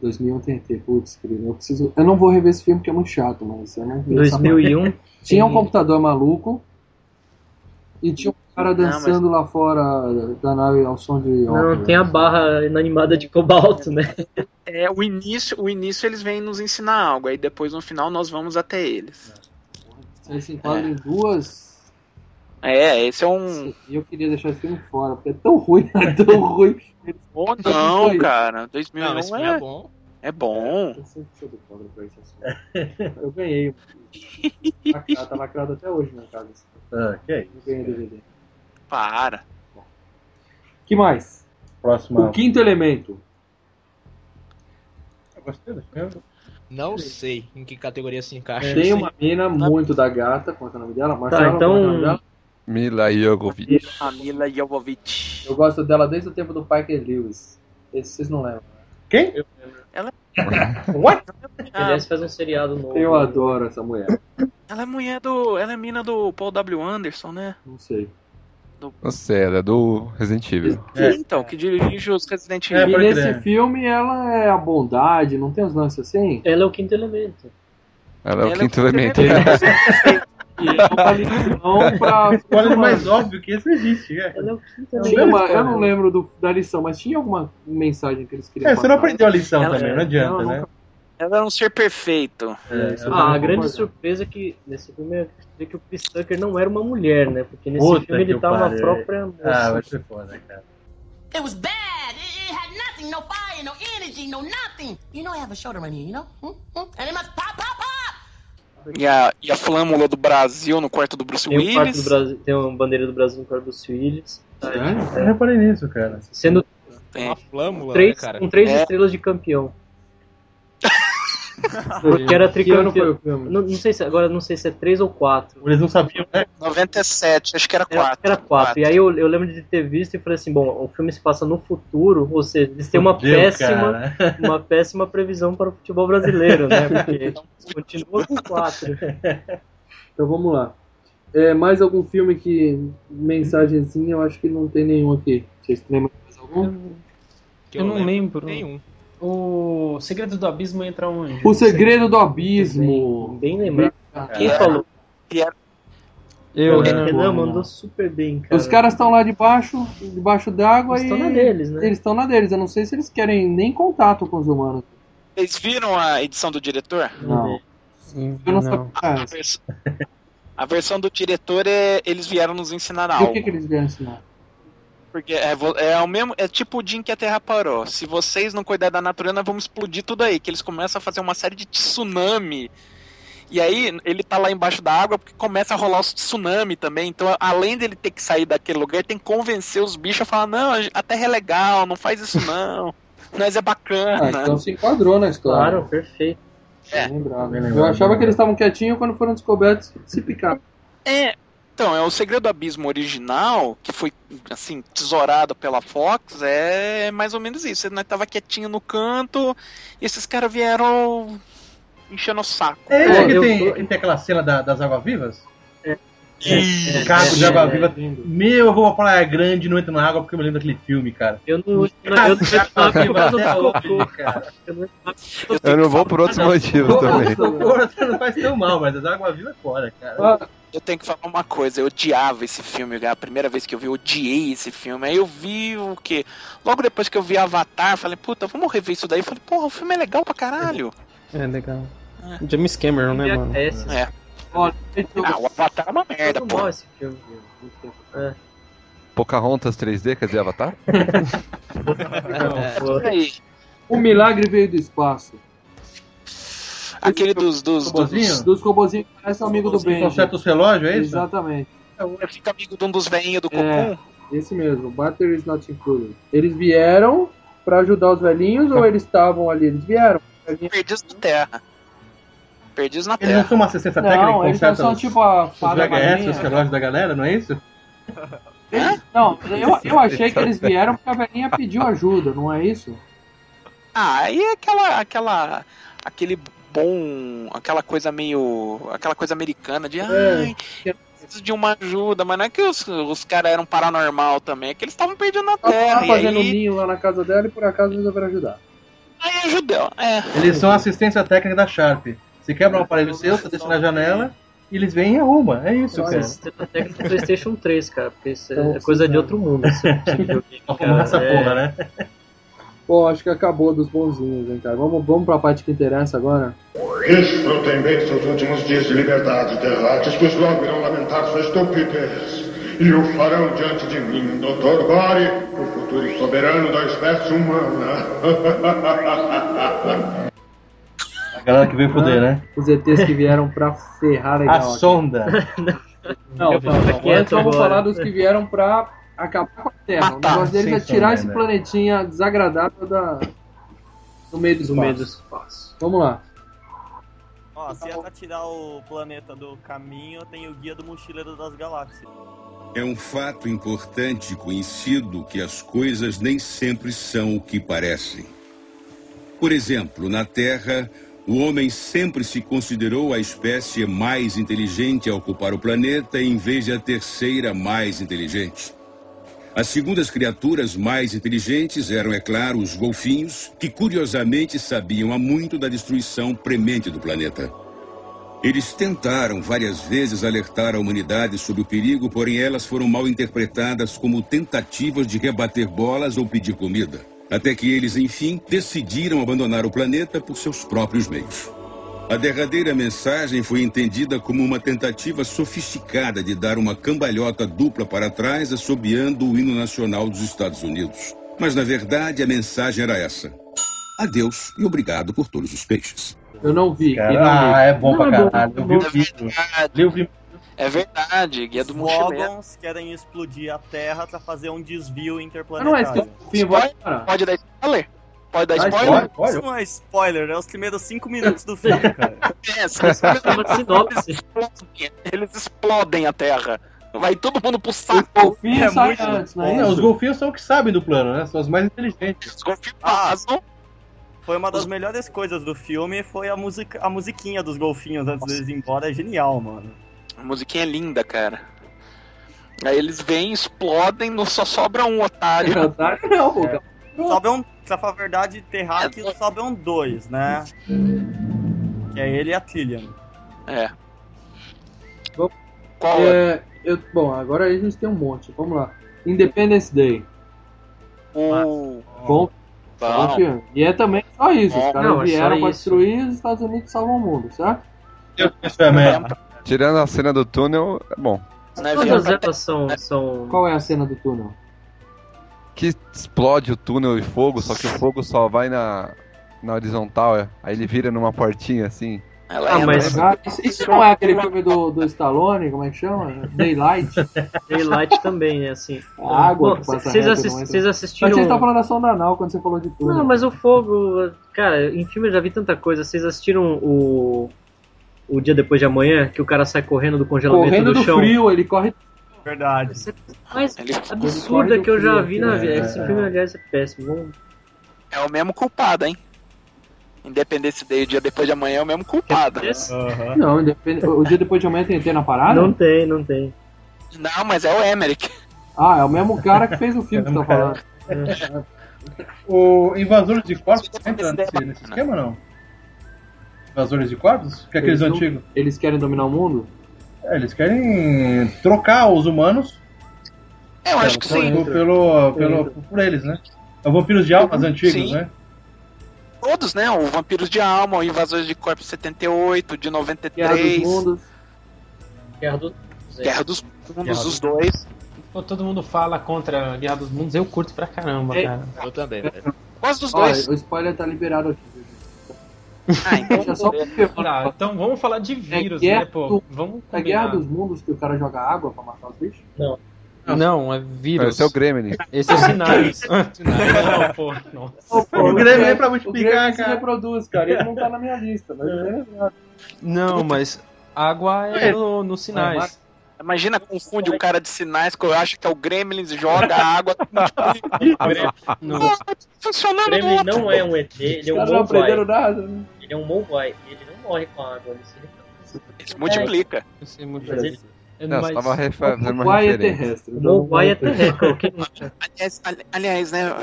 [SPEAKER 2] 2001 tem ET. Putz, querido, eu preciso... Eu não vou rever esse filme porque é muito chato, mas eu não vi
[SPEAKER 3] é
[SPEAKER 2] essa parte.
[SPEAKER 3] *laughs*
[SPEAKER 4] 2001.
[SPEAKER 2] Tinha um
[SPEAKER 4] Sim.
[SPEAKER 2] computador maluco e tinha um cara dançando lá fora da nave ao som de
[SPEAKER 4] Não, tem um- a barra inanimada de cobalto, né?
[SPEAKER 7] É, o início, o início eles vêm nos ensinar algo, aí depois no final nós vamos até eles.
[SPEAKER 2] Vocês se enquadram em duas.
[SPEAKER 7] É, esse é um.
[SPEAKER 2] E eu queria deixar esse filme fora, porque é tão ruim, *laughs* é tão ruim.
[SPEAKER 7] Ou não,
[SPEAKER 2] Foi.
[SPEAKER 7] cara.
[SPEAKER 6] Não, esse
[SPEAKER 7] 2001
[SPEAKER 6] filme
[SPEAKER 7] é,
[SPEAKER 6] é bom.
[SPEAKER 7] é bom.
[SPEAKER 2] Eu sempre sou do pobre pra esse assunto. Eu ganhei. Lacrado, tá lacrado até hoje na casa.
[SPEAKER 3] Ah, que é isso.
[SPEAKER 2] Não ganhei DVD.
[SPEAKER 7] Para.
[SPEAKER 2] que mais?
[SPEAKER 3] Próxima.
[SPEAKER 2] O quinto elemento.
[SPEAKER 3] Eu gostei do filme.
[SPEAKER 6] Não sei em que categoria se encaixa.
[SPEAKER 2] Tem uma mina muito da gata, qual é o nome dela?
[SPEAKER 3] Tá,
[SPEAKER 2] Marcela,
[SPEAKER 4] então-
[SPEAKER 2] qual é o nome dela?
[SPEAKER 5] Mila Jogovic.
[SPEAKER 7] é Camila Jovovich.
[SPEAKER 2] Eu gosto dela desde o tempo do Parker Lewis. Esse vocês não lembram.
[SPEAKER 3] Quem?
[SPEAKER 7] Ah,
[SPEAKER 4] Aliás, faz um seriado novo.
[SPEAKER 2] Eu adoro essa mulher.
[SPEAKER 7] ela é mulher do. Ela é mina do Paul W. Anderson, né?
[SPEAKER 2] Não sei.
[SPEAKER 5] Nossa, era é do Resident Evil.
[SPEAKER 3] É.
[SPEAKER 7] Então, que dirige os Resident
[SPEAKER 3] É,
[SPEAKER 7] Evil.
[SPEAKER 2] e
[SPEAKER 3] pode
[SPEAKER 2] nesse
[SPEAKER 3] crer.
[SPEAKER 2] filme ela é a bondade, não tem os lances assim?
[SPEAKER 4] Ela é o quinto elemento.
[SPEAKER 5] Ela é o
[SPEAKER 7] Ela é
[SPEAKER 5] quinto
[SPEAKER 7] o
[SPEAKER 5] elemento.
[SPEAKER 2] E é uma lição pra.
[SPEAKER 3] Olha, mais óbvio que esse existe. É,
[SPEAKER 4] Ela é o quinto
[SPEAKER 2] Tinha
[SPEAKER 4] elemento.
[SPEAKER 2] uma- eu não lembro do- da lição, mas tinha alguma mensagem que eles queriam
[SPEAKER 3] É, você não
[SPEAKER 2] passar?
[SPEAKER 3] aprendeu a lição
[SPEAKER 7] Ela-
[SPEAKER 3] também, não adianta,
[SPEAKER 2] Não,
[SPEAKER 3] né?
[SPEAKER 2] nunca-
[SPEAKER 7] Ela era um ser perfeito.
[SPEAKER 3] É,
[SPEAKER 2] isso
[SPEAKER 4] Ah, a
[SPEAKER 2] eu
[SPEAKER 4] grande
[SPEAKER 2] concordo.
[SPEAKER 4] surpresa é que nesse filme é ver que o Chris Tucker não era uma mulher, né? Porque nesse
[SPEAKER 3] Puta
[SPEAKER 4] filme
[SPEAKER 3] que
[SPEAKER 4] ele tá uma
[SPEAKER 3] pariu.
[SPEAKER 4] própria moça.
[SPEAKER 3] Ah, vai ser foda, cara.
[SPEAKER 10] It was bad. It, it had nothing, no fire, no energy, no nothing. You know I have a shoulder right here, you know? Hmm? Hmm? And it must pop, pop, pop!
[SPEAKER 7] E a, e a flâmula do Brasil no quarto do Bruce
[SPEAKER 4] tem, um quarto do
[SPEAKER 7] Willis.
[SPEAKER 4] Brasil, tem uma bandeira do Brasil no quarto dos Willis.
[SPEAKER 2] Sério?
[SPEAKER 3] Eu reparei nisso, cara.
[SPEAKER 4] Sendo
[SPEAKER 9] É,
[SPEAKER 7] Tem.
[SPEAKER 6] Uma flâmula,
[SPEAKER 4] três,
[SPEAKER 6] né, cara?
[SPEAKER 4] com três
[SPEAKER 7] É.
[SPEAKER 4] estrelas
[SPEAKER 2] *laughs*
[SPEAKER 4] de campeão. Porque era
[SPEAKER 2] Que ano foi o
[SPEAKER 4] tricampeão.
[SPEAKER 2] filme?
[SPEAKER 4] Não, não sei se, agora não sei se é três ou quatro.
[SPEAKER 3] Eles não sabiam, né?
[SPEAKER 7] 97, acho que era
[SPEAKER 4] Era,
[SPEAKER 7] 4.
[SPEAKER 4] era quatro. E aí eu, eu lembro de ter visto e falei assim, bom, o filme se passa no futuro, ou seja, eles têm uma
[SPEAKER 3] Fudeu,
[SPEAKER 4] péssima,
[SPEAKER 3] cara.
[SPEAKER 4] *laughs* uma péssima previsão para o futebol
[SPEAKER 2] *laughs*
[SPEAKER 4] brasileiro, né? Porque continua com quatro.
[SPEAKER 2] Então vamos lá. É, mais algum filme que. Mensagenzinha, eu acho que não tem nenhum aqui. Vocês lembram de mais algum?
[SPEAKER 6] Que
[SPEAKER 8] Eu não lembro.
[SPEAKER 9] um.
[SPEAKER 6] Nenhum.
[SPEAKER 8] O Segredo do Abismo entra onde?
[SPEAKER 2] O Segredo do Abismo.
[SPEAKER 4] Bem, bem lembrado. Quem
[SPEAKER 7] É.
[SPEAKER 4] falou?
[SPEAKER 8] Eu,
[SPEAKER 4] o
[SPEAKER 8] né?
[SPEAKER 4] Renan mandou super bem, cara.
[SPEAKER 2] Os caras estão lá debaixo, debaixo d'água
[SPEAKER 4] Eles
[SPEAKER 2] e.
[SPEAKER 4] estão na deles, né?
[SPEAKER 2] Eles estão na deles. Eu não sei se eles querem nem contato com os humanos.
[SPEAKER 7] Vocês viram a edição do diretor?
[SPEAKER 2] Não. Eu não,
[SPEAKER 8] Não.
[SPEAKER 7] A,
[SPEAKER 2] sabia.
[SPEAKER 7] vers- a versão do diretor é. Eles vieram nos ensinar
[SPEAKER 2] E o
[SPEAKER 7] algo.
[SPEAKER 2] que, que eles vieram ensinar?
[SPEAKER 7] Porque é, vo- é o mesmo. É tipo o dia em que a Terra parou. Se vocês não cuidarem da natureza, nós vamos explodir tudo aí. Que eles começam a fazer uma série de tsunami. E aí ele tá lá embaixo da água porque começa a rolar o tsunami também. Então, além dele ter que sair daquele lugar, tem que convencer os bichos a falar: não, a terra é legal, não faz isso não. Nós é bacana.
[SPEAKER 2] Ah, então se enquadrou na história. Tá.
[SPEAKER 4] Claro, perfeito.
[SPEAKER 7] É.
[SPEAKER 2] Eu achava que eles estavam quietinhos quando foram descobertos se picaram.
[SPEAKER 7] É, então, é o Segredo do Abismo original, que foi, assim, tesourado pela Fox, é mais ou menos isso. Nós tava quietinho no canto e esses caras vieram enchendo o saco.
[SPEAKER 3] É, é que tem, tô... tem aquela cena da, das águas-vivas? É. é. Cargo de água-viva. Meu, eu vou pra praia grande e não entro na água porque eu me lembro daquele filme, cara.
[SPEAKER 4] Eu
[SPEAKER 2] *laughs*
[SPEAKER 4] não
[SPEAKER 2] Ah,
[SPEAKER 4] eu
[SPEAKER 5] *laughs*
[SPEAKER 2] tá
[SPEAKER 3] Ah,
[SPEAKER 5] Eu não vou por outros motivos também.
[SPEAKER 3] Não faz tão mal, mas as águas-vivas é fora,
[SPEAKER 2] Ah,
[SPEAKER 3] cara.
[SPEAKER 7] Eu tenho que falar uma coisa, eu odiava esse filme, cara. A primeira vez que eu vi, eu odiei esse filme. Aí eu vi o quê? Logo depois que eu vi Avatar, falei, puta, vamos rever isso daí. Eu falei, porra, o filme é legal pra caralho.
[SPEAKER 8] É legal.
[SPEAKER 9] Ah.
[SPEAKER 8] É. James Cameron, né, mano?
[SPEAKER 4] É, esse.
[SPEAKER 7] é.
[SPEAKER 2] então,
[SPEAKER 7] Ah, o Avatar é uma merda,
[SPEAKER 4] Muito
[SPEAKER 7] pô.
[SPEAKER 4] bom esse filme, meu. É.
[SPEAKER 5] Pocahontas 3D, quer dizer Avatar?
[SPEAKER 7] Não, é.
[SPEAKER 2] O milagre veio do espaço.
[SPEAKER 7] Aquele dos. Dos
[SPEAKER 2] robozinhos? Dos robozinhos que parece amigo do
[SPEAKER 3] Benji.
[SPEAKER 2] bem.
[SPEAKER 3] Conserta os relógios, é isso?
[SPEAKER 2] Exatamente.
[SPEAKER 7] Fica amigo de um dos veinhos do
[SPEAKER 2] É,
[SPEAKER 7] Cocum.
[SPEAKER 2] esse mesmo, Batteries Not Included. Eles vieram pra ajudar os velhinhos ou eles estavam ali? Eles vieram.
[SPEAKER 7] Perdidos na Terra. Perdidos na
[SPEAKER 3] Eles não
[SPEAKER 7] Terra.
[SPEAKER 3] são uma assistência técnica
[SPEAKER 2] Não,
[SPEAKER 3] que
[SPEAKER 2] eles não
[SPEAKER 3] conserta
[SPEAKER 2] são
[SPEAKER 3] os,
[SPEAKER 2] tipo a
[SPEAKER 3] os
[SPEAKER 2] fada
[SPEAKER 3] VHS, os
[SPEAKER 2] marinha.
[SPEAKER 3] relógios da galera, não é isso?
[SPEAKER 2] Não, eu,
[SPEAKER 3] *laughs*
[SPEAKER 2] eu achei que eles vieram porque a velhinha pediu ajuda, não é isso?
[SPEAKER 7] Ah, aí é aquela. aquela aquele bom. aquela coisa meio. aquela coisa americana
[SPEAKER 2] É.
[SPEAKER 7] de. Ai, eu preciso de uma ajuda, mas não é que os, os caras eram paranormal também, é que eles estavam perdidos na
[SPEAKER 2] Ela tava
[SPEAKER 3] É,
[SPEAKER 7] Terra. E
[SPEAKER 2] fazendo um
[SPEAKER 7] aí,
[SPEAKER 2] ninho lá na casa dela e por acaso resolveram ajudar.
[SPEAKER 7] aí ajudou. É.
[SPEAKER 3] Eles são assistência técnica da Sharp. Você quebra um aparelho seu, você deixa na janela, e eles vêm e arrumam. É isso,
[SPEAKER 4] Nossa,
[SPEAKER 3] cara.
[SPEAKER 4] esse é a técnica do PlayStation 3, cara, porque isso
[SPEAKER 2] Então,
[SPEAKER 4] é coisa de
[SPEAKER 2] sim,
[SPEAKER 4] outro mundo. Esse videogame,
[SPEAKER 3] Arrumar
[SPEAKER 4] cara,
[SPEAKER 3] essa
[SPEAKER 4] é.
[SPEAKER 3] porra, né?
[SPEAKER 2] Bom, acho que acabou dos bonzinhos, hein, cara. Vamos, vamos pra parte que interessa agora.
[SPEAKER 11] Explotem-me seus últimos dias de liberdade, Terráqueos, pois logo irão lamentar sua estupidez. E o farão diante de mim, Dr. Gore, o futuro soberano da espécie
[SPEAKER 2] *laughs*
[SPEAKER 11] humana.
[SPEAKER 3] A galera que veio foder, né?
[SPEAKER 2] Os ETs que vieram pra ferrar legal.
[SPEAKER 3] A
[SPEAKER 2] aqui.
[SPEAKER 3] sonda.
[SPEAKER 2] *laughs* Não, não, não. Agora
[SPEAKER 4] quieto
[SPEAKER 2] só vou
[SPEAKER 4] agora.
[SPEAKER 2] falar dos que vieram pra acabar com a Terra.
[SPEAKER 3] Ah,
[SPEAKER 2] o negócio deles é
[SPEAKER 3] sem
[SPEAKER 2] tirar
[SPEAKER 3] sombra,
[SPEAKER 2] esse
[SPEAKER 3] tá. né?
[SPEAKER 2] planetinha desagradável da... do meio do espaço.
[SPEAKER 4] meio do espaço.
[SPEAKER 2] Vamos lá.
[SPEAKER 9] Ó, se é pra tirar o planeta do caminho, tem o Guia do Mochileiro das Galáxias.
[SPEAKER 12] É um fato importante e conhecido que as coisas nem sempre são o que parecem. Por exemplo, na Terra, o homem sempre se considerou a espécie mais inteligente a ocupar o planeta em vez de a terceira mais inteligente. As segundas criaturas mais inteligentes eram, é claro, os golfinhos, que curiosamente sabiam há muito da destruição premente do planeta. Eles tentaram várias vezes alertar a humanidade sobre o perigo, porém elas foram mal interpretadas como tentativas de rebater bolas ou pedir comida. Até que eles, enfim, decidiram abandonar o planeta por seus próprios meios. A derradeira mensagem foi entendida como uma tentativa sofisticada de dar uma cambalhota dupla para trás, assobiando o hino nacional dos Estados Unidos. Mas, na verdade, a mensagem era essa: Adeus e obrigado por todos os peixes.
[SPEAKER 2] Eu não vi.
[SPEAKER 3] Cara,
[SPEAKER 2] e não li.
[SPEAKER 3] ah, é bom
[SPEAKER 2] Não,
[SPEAKER 3] pra
[SPEAKER 2] é bom,
[SPEAKER 3] caralho.
[SPEAKER 2] é
[SPEAKER 3] Eu
[SPEAKER 2] bom.
[SPEAKER 3] vi o vídeo.
[SPEAKER 7] Verdade,
[SPEAKER 3] Eu vi o
[SPEAKER 7] É verdade, Guia do Mochileiro.
[SPEAKER 9] Vogons querem explodir a Terra pra fazer um desvio
[SPEAKER 2] Mas não é isso que
[SPEAKER 9] interplanetário.
[SPEAKER 2] eu vi, bora. parar.
[SPEAKER 7] Pode dar spoiler? Pode dar
[SPEAKER 2] Dá
[SPEAKER 7] spoiler?
[SPEAKER 9] Isso não é spoiler, é os primeiros 5 minutos do filme,
[SPEAKER 4] *laughs*
[SPEAKER 9] cara.
[SPEAKER 7] É, são os primeiros-
[SPEAKER 4] Uma sinopse.
[SPEAKER 7] explodem, eles explodem a Terra. Vai todo mundo pro
[SPEAKER 2] Os
[SPEAKER 7] saco.
[SPEAKER 2] golfinhos
[SPEAKER 9] É
[SPEAKER 2] saem
[SPEAKER 9] muito
[SPEAKER 2] antes, não é
[SPEAKER 3] Não, os
[SPEAKER 2] isso?
[SPEAKER 3] golfinhos são os que sabem do plano, né? São os mais inteligentes.
[SPEAKER 7] Os golfinhos vazam.
[SPEAKER 9] Foi uma das melhores coisas do filme, foi a, musica, a musiquinha dos golfinhos antes deles ir embora, é genial, mano.
[SPEAKER 7] A musiquinha é linda, cara. Aí eles vêm, explodem, não- só sobra
[SPEAKER 2] *laughs*
[SPEAKER 7] um otário.
[SPEAKER 2] Otário não, pô. cara.
[SPEAKER 9] Sobram, pra um, falar a verdade,
[SPEAKER 7] É,
[SPEAKER 9] Terráqueos sobram dois, né? Que é ele e a Tillian.
[SPEAKER 7] É.
[SPEAKER 2] Bom,
[SPEAKER 7] Qual é...
[SPEAKER 2] É, eu- bom, agora aí a gente tem um monte. Vamos lá. Independence Day. Bom,
[SPEAKER 7] o.
[SPEAKER 2] bom
[SPEAKER 7] Bom,
[SPEAKER 2] filme. E é também só isso. Os caras
[SPEAKER 4] Não, é só
[SPEAKER 2] vieram pra
[SPEAKER 4] isso.
[SPEAKER 2] destruir e os Estados Unidos salvam o mundo, certo?
[SPEAKER 3] Isso é mesmo.
[SPEAKER 5] Tirando a cena do túnel, é bom.
[SPEAKER 7] né, vieram
[SPEAKER 4] Todas
[SPEAKER 7] pra
[SPEAKER 4] elas são. são...
[SPEAKER 2] Qual é a cena do túnel?
[SPEAKER 5] Que explode o túnel e fogo, só que o fogo só vai na, na horizontal, é. aí ele vira numa portinha assim.
[SPEAKER 7] Ela
[SPEAKER 2] ah, mas ah, isso, isso não é aquele filme do, do Stallone, como é que chama? *laughs* Daylight?
[SPEAKER 4] Daylight também, né? Assim.
[SPEAKER 2] É A água.
[SPEAKER 4] Bom,
[SPEAKER 2] que passa
[SPEAKER 4] vocês
[SPEAKER 2] reto,
[SPEAKER 4] assis-
[SPEAKER 2] não entra-
[SPEAKER 4] vocês assistiram-
[SPEAKER 2] Mas vocês estão falando da sonda anal quando você falou de tudo.
[SPEAKER 4] Não, mas o fogo. Cara, em filme eu já vi tanta coisa. Vocês assistiram o. O dia depois de amanhã, que o cara sai correndo do congelamento
[SPEAKER 2] Correndo
[SPEAKER 4] do
[SPEAKER 2] do
[SPEAKER 4] chão.
[SPEAKER 2] frio, ele corre.
[SPEAKER 9] Verdade.
[SPEAKER 4] Mas
[SPEAKER 2] corre
[SPEAKER 4] absurda
[SPEAKER 2] do
[SPEAKER 4] que eu já
[SPEAKER 2] frio,
[SPEAKER 4] vi na
[SPEAKER 2] é,
[SPEAKER 4] vida. Esse
[SPEAKER 2] é.
[SPEAKER 4] filme, aliás, é péssimo. Vamos-
[SPEAKER 7] É o mesmo culpado, hein? Independência Day, o dia depois de amanhã é o mesmo culpado.
[SPEAKER 2] Não, independe- o dia depois de amanhã tem ET na parada?
[SPEAKER 4] Não tem, não tem.
[SPEAKER 7] Não, mas é o Emmerich.
[SPEAKER 2] Ah, é o mesmo cara que fez o filme que você tá falando.
[SPEAKER 3] O Invasores de Corpos entra nesse, nesse esquema ou não? Invasores de Corpos? Que é aqueles
[SPEAKER 2] Eles não-
[SPEAKER 3] antigos?
[SPEAKER 2] Eles querem dominar o mundo?
[SPEAKER 3] É, eles querem trocar os humanos.
[SPEAKER 7] Eu acho que
[SPEAKER 2] é.
[SPEAKER 7] sim.
[SPEAKER 3] Pelo, pelo, pelo- por eles, né? É o Vampiros de Almas antigos,
[SPEAKER 7] Sim.
[SPEAKER 3] né?
[SPEAKER 7] Todos, né? O Vampiros de Alma, o Invasores de Corpo 78, o de 93.
[SPEAKER 2] Guerra dos Mundos.
[SPEAKER 4] Guerra dos
[SPEAKER 7] Guerra dos Mundos,
[SPEAKER 8] Guerra dos
[SPEAKER 7] os dois.
[SPEAKER 8] Pô, todo mundo fala contra a Guerra dos Mundos, eu curto pra caramba,
[SPEAKER 7] É.
[SPEAKER 8] cara.
[SPEAKER 6] Eu também,
[SPEAKER 7] Quase dos
[SPEAKER 2] Olha, *laughs*
[SPEAKER 8] dois.
[SPEAKER 2] o spoiler tá liberado aqui. viu, gente?
[SPEAKER 7] Ah, então.
[SPEAKER 2] É só
[SPEAKER 8] Ah, então vamos falar de vírus,
[SPEAKER 2] é guerra
[SPEAKER 8] né, pô?
[SPEAKER 2] do-
[SPEAKER 8] Vamos
[SPEAKER 2] É Guerra
[SPEAKER 8] combinar.
[SPEAKER 2] dos Mundos que o cara joga água pra matar os bichos?
[SPEAKER 4] Não.
[SPEAKER 8] Não, é vírus.
[SPEAKER 5] Esse é o Gremlin.
[SPEAKER 8] Esse é o Sinais. Sinais, não, pô, nossa.
[SPEAKER 2] O
[SPEAKER 3] Grêmio é pra
[SPEAKER 2] o
[SPEAKER 3] multiplicar,
[SPEAKER 2] Grêmio se
[SPEAKER 3] cara.
[SPEAKER 2] reproduz, cara. Ele não tá na minha lista, mas ele é
[SPEAKER 8] *laughs* Não, mas água é no, nos Sinais.
[SPEAKER 7] Imagina, confunde o cara de sinais que eu acho que é o Gremlins, joga água.
[SPEAKER 6] *laughs*
[SPEAKER 7] tá
[SPEAKER 8] Nossa.
[SPEAKER 7] Funcionando no
[SPEAKER 4] Gremlin
[SPEAKER 7] outro.
[SPEAKER 4] não é um ET, ele é um
[SPEAKER 2] Os caras não
[SPEAKER 4] Mogwai.
[SPEAKER 2] aprenderam nada, né?
[SPEAKER 4] Ele é um Mogwai, ele não morre com a água, ele se reproduz.
[SPEAKER 7] Ele se multiplica.
[SPEAKER 8] Esse é muito
[SPEAKER 4] Mas ele-
[SPEAKER 5] Não, você tava refe-
[SPEAKER 2] O
[SPEAKER 5] fazendo uma
[SPEAKER 2] Mogwai é
[SPEAKER 5] referência.
[SPEAKER 2] terrestre.
[SPEAKER 4] O
[SPEAKER 2] então não vai
[SPEAKER 4] Mogwai é
[SPEAKER 2] ter.
[SPEAKER 4] terrestre, *laughs* quem não
[SPEAKER 7] Aliás, ali- aliás, né?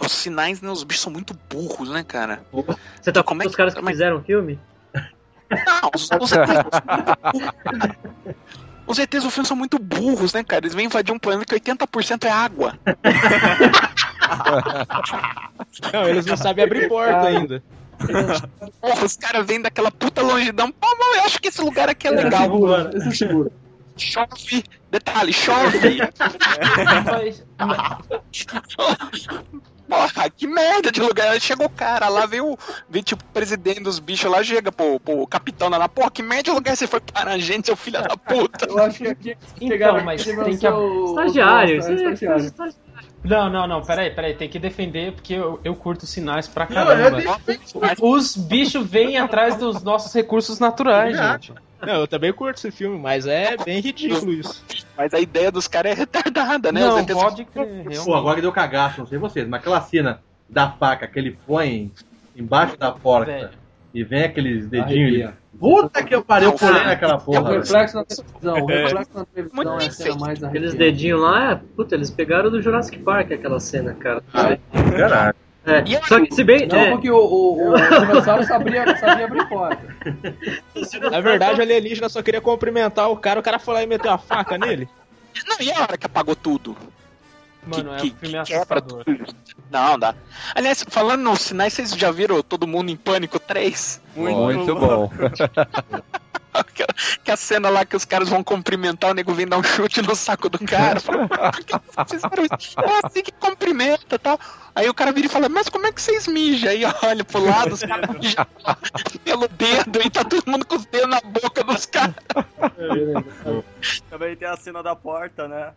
[SPEAKER 7] Os sinais, né? Os bichos são muito burros, né, cara?
[SPEAKER 4] Você tá com os caras que fizeram o filme?
[SPEAKER 7] Não, os, os ETs. Os ETs do filme são muito burros, né, cara? Eles vêm invadir um planeta que 80% é água.
[SPEAKER 6] *laughs* Não, eles não sabem abrir porta ainda.
[SPEAKER 7] Porra, os caras vêm daquela puta longidão. Pô, mas eu acho que esse lugar aqui é legal.
[SPEAKER 3] um né?
[SPEAKER 2] Esse é seguro.
[SPEAKER 7] Chove. Detalhe,
[SPEAKER 8] *laughs*
[SPEAKER 7] chove. *laughs* Porra, que merda de lugar. Aí Chega o cara lá, veio, o- veio tipo o presidente dos bichos lá, chega, pô, pô, o capitão lá, porra, que merda de lugar você foi parar, gente, seu filho
[SPEAKER 8] *laughs*
[SPEAKER 7] da puta.
[SPEAKER 2] Eu acho que
[SPEAKER 8] Então, mas tem
[SPEAKER 2] é
[SPEAKER 8] que...
[SPEAKER 4] Estagiário, é você
[SPEAKER 2] estagiário.
[SPEAKER 8] Não, não, não, peraí, peraí, tem que defender, porque eu, eu curto sinais pra
[SPEAKER 3] eu
[SPEAKER 8] caramba. Os bichos vêm atrás dos nossos recursos naturais,
[SPEAKER 6] É.
[SPEAKER 8] gente.
[SPEAKER 6] Não, eu também curto esse filme, mas é bem ridículo isso.
[SPEAKER 7] Mas a ideia dos caras é retardada, né?
[SPEAKER 8] Não,
[SPEAKER 7] Os ETs
[SPEAKER 8] pode crer, realmente.
[SPEAKER 3] Pô, agora que deu cagaço, não sei vocês, mas aquela cena da faca que ele põe embaixo da porta
[SPEAKER 8] Velho.
[SPEAKER 3] e vem aqueles dedinhos.
[SPEAKER 2] Arrepia.
[SPEAKER 3] ele- Puta que eu parei, eu colei naquela
[SPEAKER 2] É o
[SPEAKER 3] porra. velho.
[SPEAKER 2] reflexo na televisão. O reflexo na televisão é a cena mais
[SPEAKER 4] Aqueles
[SPEAKER 2] arrepiante.
[SPEAKER 4] dedinhos lá, é, puta, eles pegaram do Jurassic Park aquela cena, cara.
[SPEAKER 3] Caralho.
[SPEAKER 4] É, só que se bem.
[SPEAKER 2] Não, um
[SPEAKER 4] é,
[SPEAKER 2] porque o, o, o dinossauro sabia, sabia abrir *laughs* porta.
[SPEAKER 6] Na verdade, o alienígena só queria cumprimentar o cara, o cara foi lá e meteu a faca nele.
[SPEAKER 7] Não, e a hora que apagou tudo?
[SPEAKER 8] Mano, é
[SPEAKER 7] que-
[SPEAKER 8] um filme
[SPEAKER 7] Quebra
[SPEAKER 8] assustador.
[SPEAKER 7] tudo. Não, dá. Aliás, falando nos sinais, vocês já viram Todo Mundo em Pânico 3?
[SPEAKER 5] Muito, bom.
[SPEAKER 7] Que, que a cena lá que os caras vão cumprimentar, o nego vem dar um chute no saco do cara. Fala, "Por que vocês fizeram isso? É assim que cumprimenta e tal. Aí o cara vira e fala, mas como é que vocês mijam? Aí olha pro lado, os caras mijam *laughs* pelo dedo e tá todo mundo com os dedos na boca dos caras.
[SPEAKER 9] Também tem a cena da porta, né?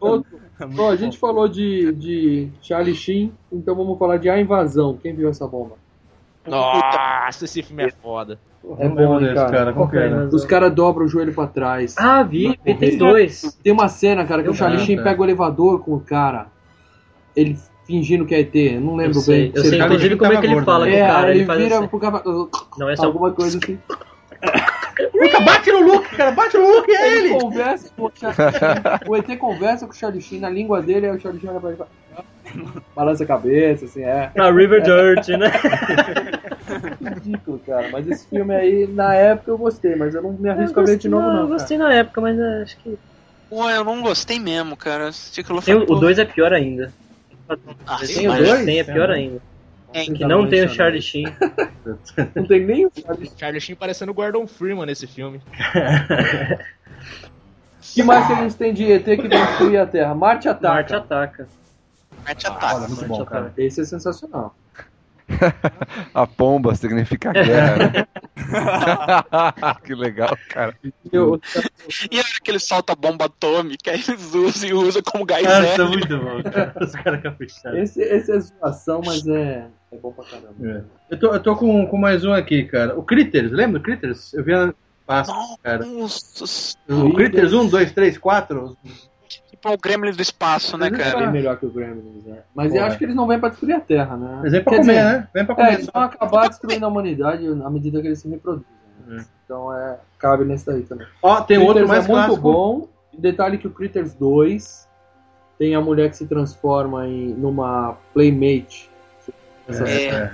[SPEAKER 2] Outro. É Bom, a gente falou de, de Charlie Sheen, então vamos falar de A Invasão. Quem viu essa bomba?
[SPEAKER 6] Nossa, esse filme é foda.
[SPEAKER 2] É
[SPEAKER 3] Não lembro
[SPEAKER 2] bom, hein,
[SPEAKER 3] desse, cara.
[SPEAKER 2] cara.
[SPEAKER 3] Qual que é, né? era?
[SPEAKER 2] Os caras dobram o joelho pra trás.
[SPEAKER 4] Ah, vi, vi,
[SPEAKER 2] um
[SPEAKER 4] tem dois.
[SPEAKER 2] Tem uma cena, cara, que
[SPEAKER 4] Eu
[SPEAKER 2] o Charlie
[SPEAKER 3] vi,
[SPEAKER 2] Sheen
[SPEAKER 3] cara.
[SPEAKER 2] pega o elevador com o cara. Ele fingindo que é ET, eu não lembro
[SPEAKER 4] Eu sei,
[SPEAKER 2] bem.
[SPEAKER 4] eu sei
[SPEAKER 3] Cara,
[SPEAKER 4] inclusive
[SPEAKER 3] o
[SPEAKER 4] como é
[SPEAKER 3] cara
[SPEAKER 4] que ele
[SPEAKER 3] gordo,
[SPEAKER 4] fala
[SPEAKER 3] né?
[SPEAKER 4] com o
[SPEAKER 2] É,
[SPEAKER 4] cara,
[SPEAKER 2] aí
[SPEAKER 4] ele
[SPEAKER 2] ele
[SPEAKER 4] faz
[SPEAKER 2] vira
[SPEAKER 4] assim.
[SPEAKER 2] pro cara.
[SPEAKER 4] Não, essa é
[SPEAKER 2] Alguma coisa
[SPEAKER 3] *laughs*
[SPEAKER 2] assim.
[SPEAKER 3] Puta, bate no Luke, cara, bate no Luke, é
[SPEAKER 2] Ele
[SPEAKER 3] ele!
[SPEAKER 2] conversa com o
[SPEAKER 3] *laughs*
[SPEAKER 2] Charlie Sheen. O ET conversa com o Charlie Sheen na língua dele, aí o Charlie Sheen olha pra ele e fala. Balança a cabeça, assim, é.
[SPEAKER 4] a River Dirt, né?
[SPEAKER 2] *laughs* Ridículo, cara. Mas esse filme aí, na época eu gostei, mas eu não me arrisco a ver de novo,
[SPEAKER 4] não,
[SPEAKER 2] não.
[SPEAKER 4] eu
[SPEAKER 2] cara.
[SPEAKER 4] gostei na época, mas é, acho que.
[SPEAKER 7] Pô, eu não gostei mesmo, cara. Eu assisti aquilo e
[SPEAKER 4] Tem,
[SPEAKER 7] falei,
[SPEAKER 4] o
[SPEAKER 7] pô,
[SPEAKER 4] 2 é pior ainda.
[SPEAKER 7] ah,
[SPEAKER 2] tem
[SPEAKER 4] Tem o
[SPEAKER 7] mas-
[SPEAKER 2] dois? né?
[SPEAKER 4] 2? Tem, é pior ainda. Que não tem o Charlie Sheen.
[SPEAKER 2] Não tem nem o Charlie Sheen.
[SPEAKER 6] Charlie Sheen parecendo o Gordon Freeman nesse filme.
[SPEAKER 2] que mais que a gente tem de ET que destruir a Terra? Marte ataca.
[SPEAKER 4] Marte ataca.
[SPEAKER 7] Marte Ataca.
[SPEAKER 3] Olha, muito bom, cara.
[SPEAKER 2] Esse é sensacional.
[SPEAKER 5] A pomba significa guerra, né? que legal, cara.
[SPEAKER 7] Ah, E a hora que ele solta a bomba atômica, *laughs* eles usam e usam como gás
[SPEAKER 8] é
[SPEAKER 7] né?
[SPEAKER 8] né?
[SPEAKER 7] hélio.
[SPEAKER 3] Nossa, é muito bom, cara. *laughs* Os caras capricharam.
[SPEAKER 2] Esse, esse é zoação, mas é, é bom pra caramba.
[SPEAKER 3] É. Eu tô, eu tô com, com mais um aqui, cara. O Critters, lembra do Critters? Eu vi na pasta, cara. O Critters 1, 2, 3, 4.
[SPEAKER 7] Tipo o Gremlin do espaço, né,
[SPEAKER 2] Eles são bem
[SPEAKER 3] Ah.
[SPEAKER 7] cara?
[SPEAKER 2] melhor que o Gremlins, né? Mas eu
[SPEAKER 7] Porra.
[SPEAKER 2] acho que eles não vêm pra destruir a Terra, né?
[SPEAKER 3] Eles vêm pra
[SPEAKER 2] Quer
[SPEAKER 3] comer,
[SPEAKER 2] dizer,
[SPEAKER 3] né? Vem pra
[SPEAKER 2] É,
[SPEAKER 3] comer.
[SPEAKER 2] eles vão acabar destruindo a humanidade à medida que eles se reproduzem. né? Então é, cabe nesse daí também.
[SPEAKER 3] Ó, tem outro mais
[SPEAKER 2] é muito
[SPEAKER 3] clássico.
[SPEAKER 2] bom. Detalhe que o Critters 2 tem a mulher que se transforma em numa playmate. Essa-
[SPEAKER 3] É.